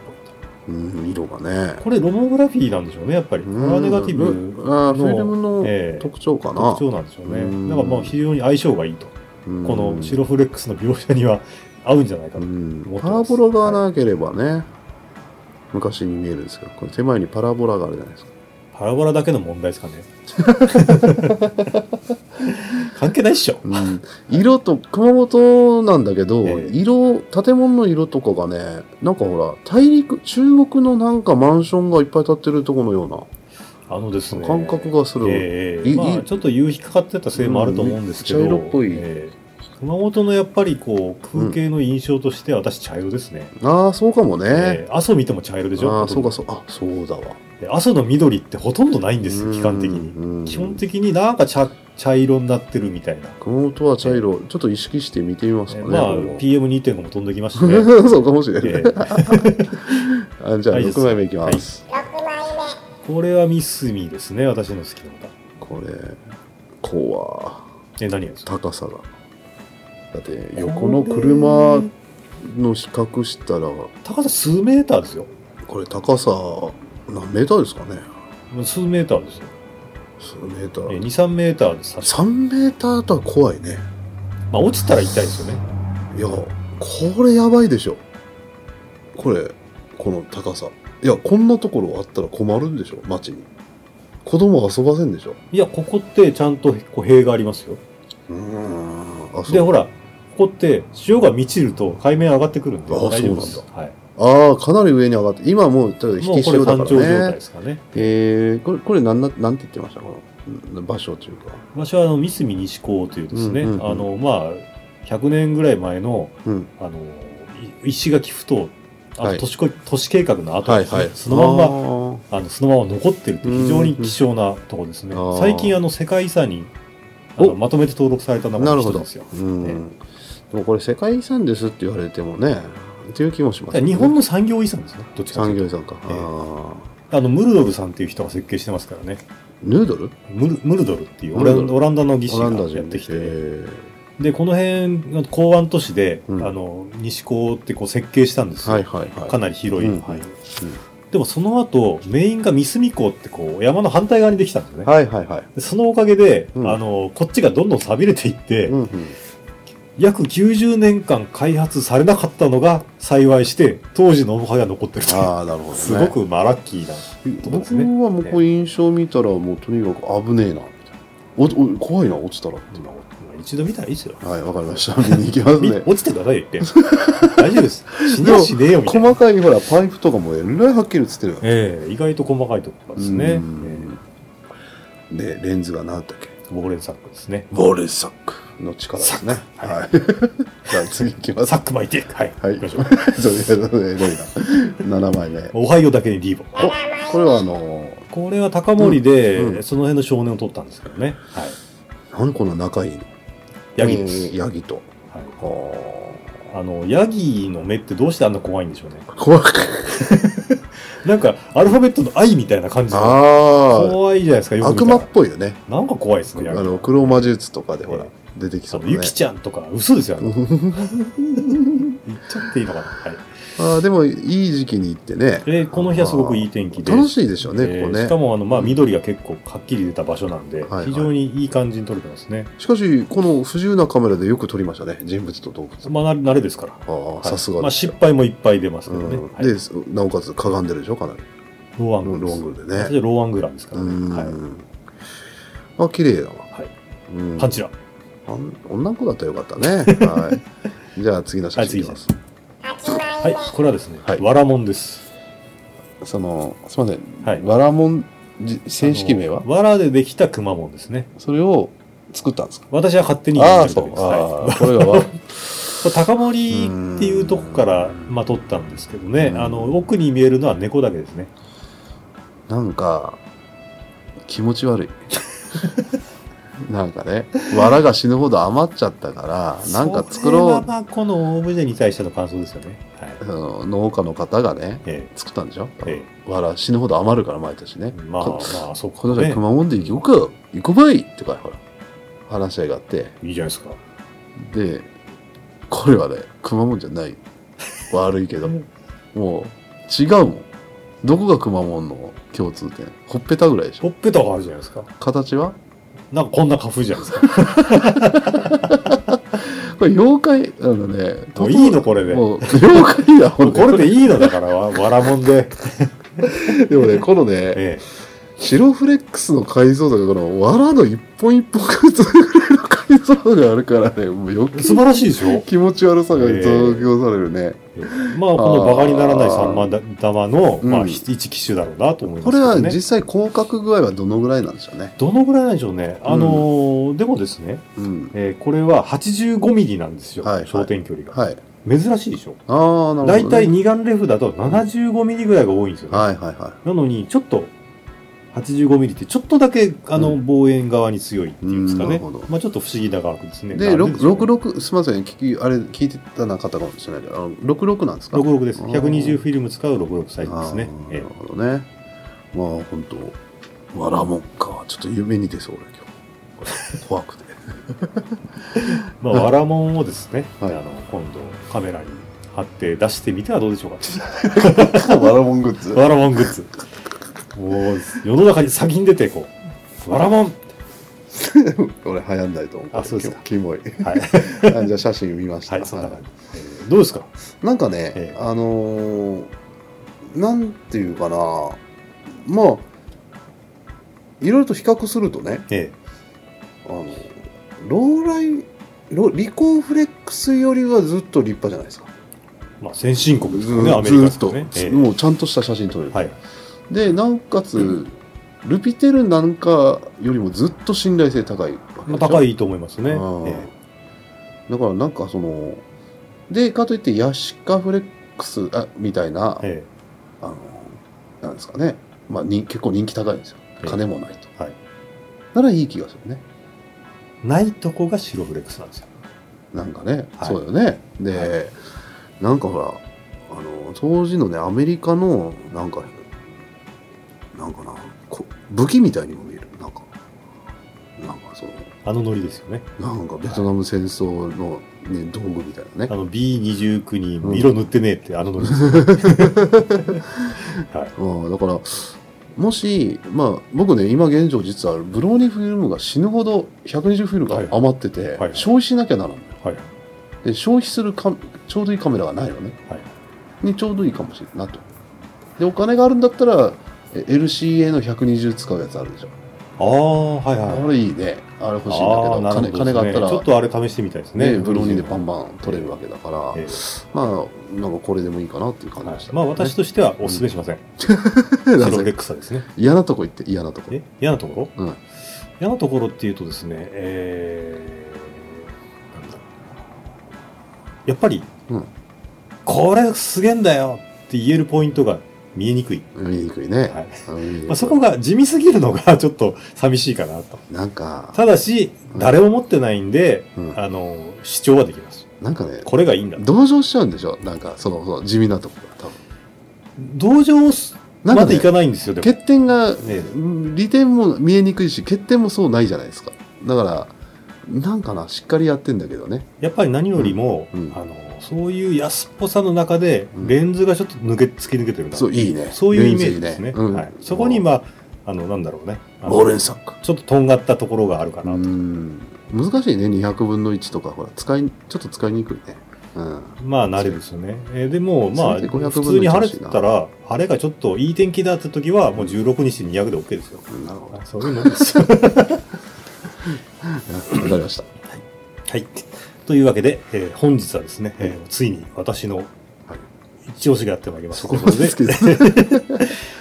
[SPEAKER 3] ぽい
[SPEAKER 2] うん、色がね
[SPEAKER 3] これロモグラフィーなんでしょうねやっぱりカラーネガティブ
[SPEAKER 2] うんあーフィルムの
[SPEAKER 3] ええ
[SPEAKER 2] 特徴かな、
[SPEAKER 3] 特徴なんでしょうね
[SPEAKER 2] うん
[SPEAKER 3] だからまあ非常に相性がいいと
[SPEAKER 2] うん
[SPEAKER 3] この白フレックスの描写には合うんじゃないか
[SPEAKER 2] う
[SPEAKER 3] と、
[SPEAKER 2] ん
[SPEAKER 3] 持ってます
[SPEAKER 2] パラボラがなければね、昔に見えるんですけどこれ手前にパラボラがあるじゃないですか
[SPEAKER 3] パラボラだけの問題です かね関係ないっしょ
[SPEAKER 2] うん色と熊本なんだけど、
[SPEAKER 3] ええ
[SPEAKER 2] 色建物の色とかがねなんかほら大陸中国のなんかマンションがいっぱい建ってるとこのよう
[SPEAKER 3] あのですね
[SPEAKER 2] な感覚がする、
[SPEAKER 3] ええ
[SPEAKER 2] いい
[SPEAKER 3] まあ、ちょっと夕日かかってたせいもあると思うんですけど、
[SPEAKER 2] うんめっちゃ色っぽい
[SPEAKER 3] ええ熊本のやっぱりこう風景の印象としては私茶色ですね、
[SPEAKER 2] ああそうかもね、
[SPEAKER 3] ええ阿蘇見ても茶色でしょ
[SPEAKER 2] ああ
[SPEAKER 3] ほ
[SPEAKER 2] そ
[SPEAKER 3] と
[SPEAKER 2] うん
[SPEAKER 3] ど
[SPEAKER 2] かそうあそうだわ
[SPEAKER 3] で阿蘇の緑ってほとんどないんですよ期間的に、
[SPEAKER 2] に
[SPEAKER 3] 基本的になんか茶茶色になってるみたいな、
[SPEAKER 2] 熊本は茶色、ちょっと意識して見てみます
[SPEAKER 3] ええ
[SPEAKER 2] かね、
[SPEAKER 3] まあ
[SPEAKER 2] これも
[SPEAKER 3] PM2.5 も飛んできまし たね、
[SPEAKER 2] そうかもしれない、
[SPEAKER 3] ええ
[SPEAKER 2] あじゃあ
[SPEAKER 3] はい
[SPEAKER 2] 6枚目いきます、
[SPEAKER 3] これはミスミですね私の好きな歌
[SPEAKER 2] これこうは
[SPEAKER 3] え何がですか
[SPEAKER 2] 高さがだって横の車の比較したら
[SPEAKER 3] 高さ数メーターですよ
[SPEAKER 2] これ高さ何メーターですかね
[SPEAKER 3] 数メーターですよ
[SPEAKER 2] 数メーター
[SPEAKER 3] 23メーターで差し
[SPEAKER 2] 3メーターとは怖いね
[SPEAKER 3] まあ、落ちたら痛いですよね
[SPEAKER 2] いやこれやばいでしょこれこの高さいやこんなところあったら困るんでしょ街に子供遊ばせんでしょ
[SPEAKER 3] いや、ここってちゃんとこう塀がありますよ。
[SPEAKER 2] うーんあ
[SPEAKER 3] で、
[SPEAKER 2] そう
[SPEAKER 3] ほら、ここって潮が満ちると海面上がってくるんで、
[SPEAKER 2] あ
[SPEAKER 3] 大丈夫です
[SPEAKER 2] そう。
[SPEAKER 3] はい。
[SPEAKER 2] ああかなり上に上がって今もうただ引
[SPEAKER 3] も
[SPEAKER 2] き
[SPEAKER 3] うこれ
[SPEAKER 2] 潮だか
[SPEAKER 3] 干潮状
[SPEAKER 2] ら
[SPEAKER 3] 態
[SPEAKER 2] ね
[SPEAKER 3] ですかね。
[SPEAKER 2] えー、これこれなんななんて言ってましたこのん場所というか
[SPEAKER 3] 私はあの、三隅西港というですね、
[SPEAKER 2] うんうんうん
[SPEAKER 3] あの、まあ、100年ぐらい前の、
[SPEAKER 2] うん
[SPEAKER 3] あの、い石垣不当、あ
[SPEAKER 2] は
[SPEAKER 3] と
[SPEAKER 2] い
[SPEAKER 3] 都市こ、都市計画の後ですね、そのまんま、
[SPEAKER 2] ま
[SPEAKER 3] あの、そのまま残ってるって非常に希少なとこですね。
[SPEAKER 2] うんうんあー
[SPEAKER 3] 最近、あの、世界遺産に、あの
[SPEAKER 2] お
[SPEAKER 3] まとめて登録された中
[SPEAKER 2] な
[SPEAKER 3] の
[SPEAKER 2] る
[SPEAKER 3] 人
[SPEAKER 2] ほど。
[SPEAKER 3] ですよ。
[SPEAKER 2] うん
[SPEAKER 3] え
[SPEAKER 2] でもこれ世界遺産ですって言われてもね、っていう気もします、
[SPEAKER 3] だから
[SPEAKER 2] ね。
[SPEAKER 3] 日本の産業遺産ですね、どっちかとい
[SPEAKER 2] 産
[SPEAKER 3] うと
[SPEAKER 2] 業遺産か。
[SPEAKER 3] ええ
[SPEAKER 2] あ
[SPEAKER 3] あの、ムルドルさんっていう人が設計してますからね。
[SPEAKER 2] ーヌードル
[SPEAKER 3] ムルムルドルっていうオ
[SPEAKER 2] ム
[SPEAKER 3] ラ
[SPEAKER 2] ルドル
[SPEAKER 3] ンオランダの技師
[SPEAKER 2] オラ
[SPEAKER 3] が
[SPEAKER 2] ンダ人
[SPEAKER 3] やってき
[SPEAKER 2] え
[SPEAKER 3] て。で、この辺の港湾都市で、
[SPEAKER 2] うん
[SPEAKER 3] あの、西港ってこう設計したんです
[SPEAKER 2] えは
[SPEAKER 3] よ。
[SPEAKER 2] いはいはい。
[SPEAKER 3] かなり広い
[SPEAKER 2] うん
[SPEAKER 3] 範囲を
[SPEAKER 2] うん
[SPEAKER 3] でもその後、メインが三隅港ってこう、山の反対側にできたんですね。
[SPEAKER 2] はいはいはい。
[SPEAKER 3] でそのおかげで、
[SPEAKER 2] うん
[SPEAKER 3] あの、こっちがどんどん錆びれていって、
[SPEAKER 2] うんうん
[SPEAKER 3] 約90年間開発されなかったのが幸いして、当時の面影が残ってるという。
[SPEAKER 2] ああ、なるほど、ね。
[SPEAKER 3] すごく、まあ、ラッキーな。とこです
[SPEAKER 2] 僕
[SPEAKER 3] ね
[SPEAKER 2] はもうこう印象見たら、もうとにかく危ねえな、みたいな。おお怖いな、落ちたらって。
[SPEAKER 3] まあ一度見たらいいですよ。
[SPEAKER 2] はい、わかりました。 見に行きます
[SPEAKER 3] み
[SPEAKER 2] ね。
[SPEAKER 3] 落ちてくださいよ、一遍。大丈夫です。 死にはしねえよ、みたいな。
[SPEAKER 2] 細かいほら、パイプとかもえらいはっきり映ってるよね。
[SPEAKER 3] ええ意外と細かいところですね。え
[SPEAKER 2] うんで、レンズが何だったっけ
[SPEAKER 3] えボーレンサックですね。
[SPEAKER 2] ボールサックの力ですね。
[SPEAKER 3] サ
[SPEAKER 2] はい。 じゃあ次行きます。
[SPEAKER 3] サック巻いて、はい。
[SPEAKER 2] はい。
[SPEAKER 3] 行き
[SPEAKER 2] と
[SPEAKER 3] ま
[SPEAKER 2] り
[SPEAKER 3] しょ う
[SPEAKER 2] あえず、エロいな。7枚目。
[SPEAKER 3] おはようだけにリーボ。
[SPEAKER 2] お、これはあのー、
[SPEAKER 3] これは高森で、
[SPEAKER 2] うんうん
[SPEAKER 3] その辺の少年を取ったんですけどね。はい。
[SPEAKER 2] 何この仲いいの
[SPEAKER 3] ヤギです。
[SPEAKER 2] うんヤギと。
[SPEAKER 3] はい、
[SPEAKER 2] あー
[SPEAKER 3] あの、ヤギの目ってどうしてあんな怖いんでしょうね。
[SPEAKER 2] 怖く。
[SPEAKER 3] なんか、アルファベットの I みたいな感じで。
[SPEAKER 2] あ
[SPEAKER 3] 怖いじゃないですか、
[SPEAKER 2] あ。
[SPEAKER 3] よく
[SPEAKER 2] 悪
[SPEAKER 3] 見た
[SPEAKER 2] 魔
[SPEAKER 3] ら
[SPEAKER 2] っぽいよね。
[SPEAKER 3] なんか怖いです
[SPEAKER 2] あ
[SPEAKER 3] ね、ヤギ。あ
[SPEAKER 2] の、黒魔術とかでほら
[SPEAKER 3] え、
[SPEAKER 2] 出てきそう
[SPEAKER 3] の
[SPEAKER 2] なね
[SPEAKER 3] ゆき。ちゃんとか、嘘ですよ、 あの言っちゃっていいのかな。はい。
[SPEAKER 2] ああ、でも、いい時期に行ってね。
[SPEAKER 3] で、この日はすごくいい天気で。
[SPEAKER 2] 楽しいでしょうね、
[SPEAKER 3] えー
[SPEAKER 2] ここね
[SPEAKER 3] しか。もあの、まあ、緑が結構はっきり出た場所なんで、
[SPEAKER 2] はいはい
[SPEAKER 3] 非常にいい感じに撮れてますね。
[SPEAKER 2] しかし、この不自由なカメラでよく撮りましたね。人物と動物。
[SPEAKER 3] まあ、な慣れですから。
[SPEAKER 2] ああ、
[SPEAKER 3] はい
[SPEAKER 2] さすが
[SPEAKER 3] まあ、
[SPEAKER 2] です
[SPEAKER 3] 失敗もいっぱい出ますけ
[SPEAKER 2] う
[SPEAKER 3] どね。
[SPEAKER 2] ん
[SPEAKER 3] はい
[SPEAKER 2] で、なおかつかがんでるでしょ、かなり。
[SPEAKER 3] ローア
[SPEAKER 2] ロ
[SPEAKER 3] ングルで
[SPEAKER 2] ロ
[SPEAKER 3] す。
[SPEAKER 2] ングでね
[SPEAKER 3] 私はローアングラーですか
[SPEAKER 2] う
[SPEAKER 3] ら
[SPEAKER 2] ーん、
[SPEAKER 3] ね。はい。
[SPEAKER 2] あ綺麗だわ、
[SPEAKER 3] はい
[SPEAKER 2] うん
[SPEAKER 3] パンチラ。
[SPEAKER 2] あん女の子だったらよかった ねはいじゃあ次の写真いきます
[SPEAKER 3] はい。これはですね
[SPEAKER 2] はい、
[SPEAKER 3] わらもんです。
[SPEAKER 2] そのすみません、
[SPEAKER 3] はい
[SPEAKER 2] わらもんじ正式名は
[SPEAKER 3] あのわらでできたくまモンですね。
[SPEAKER 2] それを作ったんですか
[SPEAKER 3] 私は勝手に
[SPEAKER 2] あ
[SPEAKER 3] 呼ん
[SPEAKER 2] あ
[SPEAKER 3] でるだ
[SPEAKER 2] そ
[SPEAKER 3] けで
[SPEAKER 2] う
[SPEAKER 3] す。はい
[SPEAKER 2] ああこれがわ
[SPEAKER 3] これ高森っていうとこから、まあ、撮ったんですけどね
[SPEAKER 2] う、ん
[SPEAKER 3] あの、奥に見えるのは猫だけですね。
[SPEAKER 2] なんか気持ち悪い なんかねわらが死ぬほど余っちゃったからなんか作
[SPEAKER 3] それ
[SPEAKER 2] ろ
[SPEAKER 3] はまあ、このオブジェに対しての感想ですよね。はい。
[SPEAKER 2] うその農家の方がね
[SPEAKER 3] え
[SPEAKER 2] 作ったんでしょ、
[SPEAKER 3] え、え
[SPEAKER 2] わら死ぬほど余るから毎年ね
[SPEAKER 3] え、まあ
[SPEAKER 2] こ
[SPEAKER 3] まあ、そうか
[SPEAKER 2] このじゃ
[SPEAKER 3] ね。
[SPEAKER 2] 熊本で行こうか行こうばいとかほら話し合いがあって
[SPEAKER 3] いいじゃないですか。
[SPEAKER 2] でこれはね熊本じゃない悪いけどもう違うもんどこが熊本の共通点ほっぺたぐらいでしょ
[SPEAKER 3] ほっぺたがあるじゃないですか。
[SPEAKER 2] 形は
[SPEAKER 3] なんかこんな花粉じゃな いですか。
[SPEAKER 2] これ妖怪あのね
[SPEAKER 3] もういいのこれで
[SPEAKER 2] もう妖怪だ
[SPEAKER 3] こ
[SPEAKER 2] もん、ね、
[SPEAKER 3] れでいいのだから、わわらもんで。
[SPEAKER 2] でもねこのね
[SPEAKER 3] ええ。
[SPEAKER 2] 白フレックスの解像度がこの藁の一本一本がずれぐらいの解像度があるからねもう余計
[SPEAKER 3] 素晴らしいでし ょ
[SPEAKER 2] 気持ち悪さが増強されるね、
[SPEAKER 3] まあ、このバカにならない三万玉の、ま
[SPEAKER 2] う
[SPEAKER 3] あ、
[SPEAKER 2] ん
[SPEAKER 3] 一機種だろうなと思います
[SPEAKER 2] こ
[SPEAKER 3] け
[SPEAKER 2] れ
[SPEAKER 3] ど
[SPEAKER 2] は
[SPEAKER 3] ね
[SPEAKER 2] 実。際広角具合はどのぐらいなんでしょうね。
[SPEAKER 3] どのぐらいなんでしょうね。あのーでもですね、
[SPEAKER 2] うん。
[SPEAKER 3] えーこれは85ミリなんですよ、
[SPEAKER 2] はい
[SPEAKER 3] 焦点距離が、
[SPEAKER 2] はい。
[SPEAKER 3] 珍しいでしょ。
[SPEAKER 2] ああ、なるほど、ね。
[SPEAKER 3] 大体二眼レフだと75ミリぐらいが多いんですよね、
[SPEAKER 2] はいはいは
[SPEAKER 3] なのに、ちょっと、85ミリってちょっとだけ、あ
[SPEAKER 2] う
[SPEAKER 3] の、
[SPEAKER 2] ん
[SPEAKER 3] 望遠側に強いっていうんですか
[SPEAKER 2] うんな
[SPEAKER 3] ね。
[SPEAKER 2] るほど
[SPEAKER 3] まあ、ちょっと不思議な画角ですね。
[SPEAKER 2] い。
[SPEAKER 3] な
[SPEAKER 2] で、
[SPEAKER 3] ん
[SPEAKER 2] ろ
[SPEAKER 3] しょうね
[SPEAKER 2] 66、すみません、聞き、あれ、聞いてたな方かもしれないけど、あの66なんですか
[SPEAKER 3] 66です。
[SPEAKER 2] あー
[SPEAKER 3] 120フィルム使う66サイズですね。
[SPEAKER 2] あー
[SPEAKER 3] え
[SPEAKER 2] なるほどね。まあ、本当わらもんか。ちょっと夢に出そう、俺今 日。怖くて。
[SPEAKER 3] えまあ、わらもんをですね、
[SPEAKER 2] はい
[SPEAKER 3] あの、今度カメラに貼って出してみてはどうでしょうか。
[SPEAKER 2] わらもんグッズ
[SPEAKER 3] わらもんグッズ。もう、世の中に先に出て、こう、わらもん
[SPEAKER 2] 俺、流行んないと思う。
[SPEAKER 3] あそうですか
[SPEAKER 2] キモい。
[SPEAKER 3] はい。
[SPEAKER 2] あじゃあ、写真見ました。
[SPEAKER 3] はい、そんな感じ。えーどうですか
[SPEAKER 2] なんかね、
[SPEAKER 3] ええ
[SPEAKER 2] あのーなんていうかな、まあ、いろいろと比較するとね、
[SPEAKER 3] え
[SPEAKER 2] あのローライロ、リコーフレックスよりはずっと立派じゃないですか。
[SPEAKER 3] えまあ、先進国です
[SPEAKER 2] ず
[SPEAKER 3] からね、アメリカです
[SPEAKER 2] ずっ
[SPEAKER 3] から
[SPEAKER 2] と、
[SPEAKER 3] ね。え
[SPEAKER 2] もうちゃんとした写真撮れ
[SPEAKER 3] え
[SPEAKER 2] る。
[SPEAKER 3] はい。
[SPEAKER 2] で、なおかつ、ルピテルなんかよりもずっと信頼性高いわけでしょ
[SPEAKER 3] まあ、高いと思いますね。
[SPEAKER 2] うん
[SPEAKER 3] ええ
[SPEAKER 2] だからなんかその、で、かといってヤシカフレックスあみたいな、
[SPEAKER 3] え
[SPEAKER 2] あの、なんですかね、まあ、に結構人気高いんですよ
[SPEAKER 3] え。え
[SPEAKER 2] 金もないと。
[SPEAKER 3] はい
[SPEAKER 2] ならいい気がするね。
[SPEAKER 3] えないとこが白フレックスなんですよ。
[SPEAKER 2] なんかね、
[SPEAKER 3] はい
[SPEAKER 2] そうだよね。で、
[SPEAKER 3] は
[SPEAKER 2] なんかほら、あの、当時のね、アメリカの、なんか、なんかな、こ武器みたいにも見える。なんか、なんかその、
[SPEAKER 3] あのノリですよね。
[SPEAKER 2] なんかベトナム戦争の、ね、道具みたいな
[SPEAKER 3] あ
[SPEAKER 2] ね。
[SPEAKER 3] の B29
[SPEAKER 2] うん
[SPEAKER 3] に色塗ってねえって、あのノリですよね。はい。
[SPEAKER 2] うん、だから、もし、まあ、僕ね、今現状実は、ブローニフィルムが死ぬほど120フィルムが余ってて、
[SPEAKER 3] はいはい
[SPEAKER 2] 消費しなきゃならない。
[SPEAKER 3] はい。
[SPEAKER 2] で消費するかちょうどいいカメラがないのね、
[SPEAKER 3] はい
[SPEAKER 2] にちょうどいいかもしれないなとでお金があるんだったらえ LCA の120使うやつあるでしょ、
[SPEAKER 3] ああ、はいはい。
[SPEAKER 2] あれいいねあれ欲しいんだけ
[SPEAKER 3] あ
[SPEAKER 2] ど
[SPEAKER 3] あなるほど
[SPEAKER 2] 金金があった
[SPEAKER 3] ですねちょ
[SPEAKER 2] ら
[SPEAKER 3] っとあれ試してみたいですね。
[SPEAKER 2] ねブローニーでバン
[SPEAKER 3] ン。
[SPEAKER 2] バン取れるわけだから、
[SPEAKER 3] ええ
[SPEAKER 2] まあなんかこれでもいいかなっていう感じ
[SPEAKER 3] は
[SPEAKER 2] でし
[SPEAKER 3] い
[SPEAKER 2] た、
[SPEAKER 3] まあ 私としてはお勧めしません。白フレックスはですね。
[SPEAKER 2] 嫌なとこ行って嫌なとこ
[SPEAKER 3] え嫌なところ、
[SPEAKER 2] うん
[SPEAKER 3] 嫌なところっていうとですね、えーなんだやっぱり、
[SPEAKER 2] うん
[SPEAKER 3] これすげえんだよって言えるポイントが見えにくい。
[SPEAKER 2] 見にくいね、
[SPEAKER 3] はい
[SPEAKER 2] うん
[SPEAKER 3] まあ、そこが地味すぎるのがちょっと寂しいかなと。
[SPEAKER 2] なんか、
[SPEAKER 3] ただし、
[SPEAKER 2] うん
[SPEAKER 3] 誰も持ってないんで、
[SPEAKER 2] うん
[SPEAKER 3] あの、主張はできます。
[SPEAKER 2] なんかね
[SPEAKER 3] これがいいんだ。
[SPEAKER 2] 同情しちゃうんでしょなんかそのその地味なとこが多分
[SPEAKER 3] 同情す
[SPEAKER 2] なんか
[SPEAKER 3] ま
[SPEAKER 2] ね
[SPEAKER 3] でいかないんですよ、でも。
[SPEAKER 2] 欠点が
[SPEAKER 3] ね
[SPEAKER 2] うん利点も見えにくいし欠点もそうないじゃないですかだからなんかなしっかりやってんだけどね
[SPEAKER 3] やっぱり何よりも、
[SPEAKER 2] うんうん
[SPEAKER 3] あの、そういう安っぽさの中で
[SPEAKER 2] う、ん
[SPEAKER 3] レンズがちょっと抜け、突き抜けてるな。
[SPEAKER 2] そういいね
[SPEAKER 3] そういうイメー
[SPEAKER 2] レ
[SPEAKER 3] ジ
[SPEAKER 2] ンズに
[SPEAKER 3] ですね。
[SPEAKER 2] うん
[SPEAKER 3] はい、そこに、まあ、あの、なんだろうね。あの
[SPEAKER 2] ボーレンサック
[SPEAKER 3] ちょっととんがったところがあるかな
[SPEAKER 2] う
[SPEAKER 3] と。
[SPEAKER 2] ん難しいね200分の1とかほら使いちょっと使いにくいねうん。
[SPEAKER 3] まあ慣れですよね。えーでも、まあ、
[SPEAKER 2] せめて500
[SPEAKER 3] 普通に晴れてたら、晴れがちょっといい天気だった時は、もう16日に200で OK ですよ。
[SPEAKER 2] なるほど。わ
[SPEAKER 3] あそういうもんですよ。
[SPEAKER 2] かりました。
[SPEAKER 3] はい。というわけで、えー本日はですね、えーついに私の一押しがやってまいりまし
[SPEAKER 2] そ
[SPEAKER 3] た。
[SPEAKER 2] こまでですけど。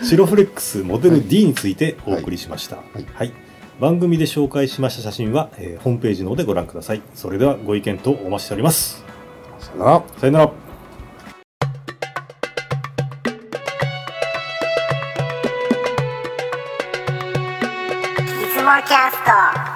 [SPEAKER 3] シロフレックスモデル D についてお送りしました。はいい。番組で紹介しました写真は、えーホームページの方でご覧ください。それではご意見とお待ちしております。
[SPEAKER 2] さよなら。
[SPEAKER 3] さよなら。
[SPEAKER 4] いつもキャスト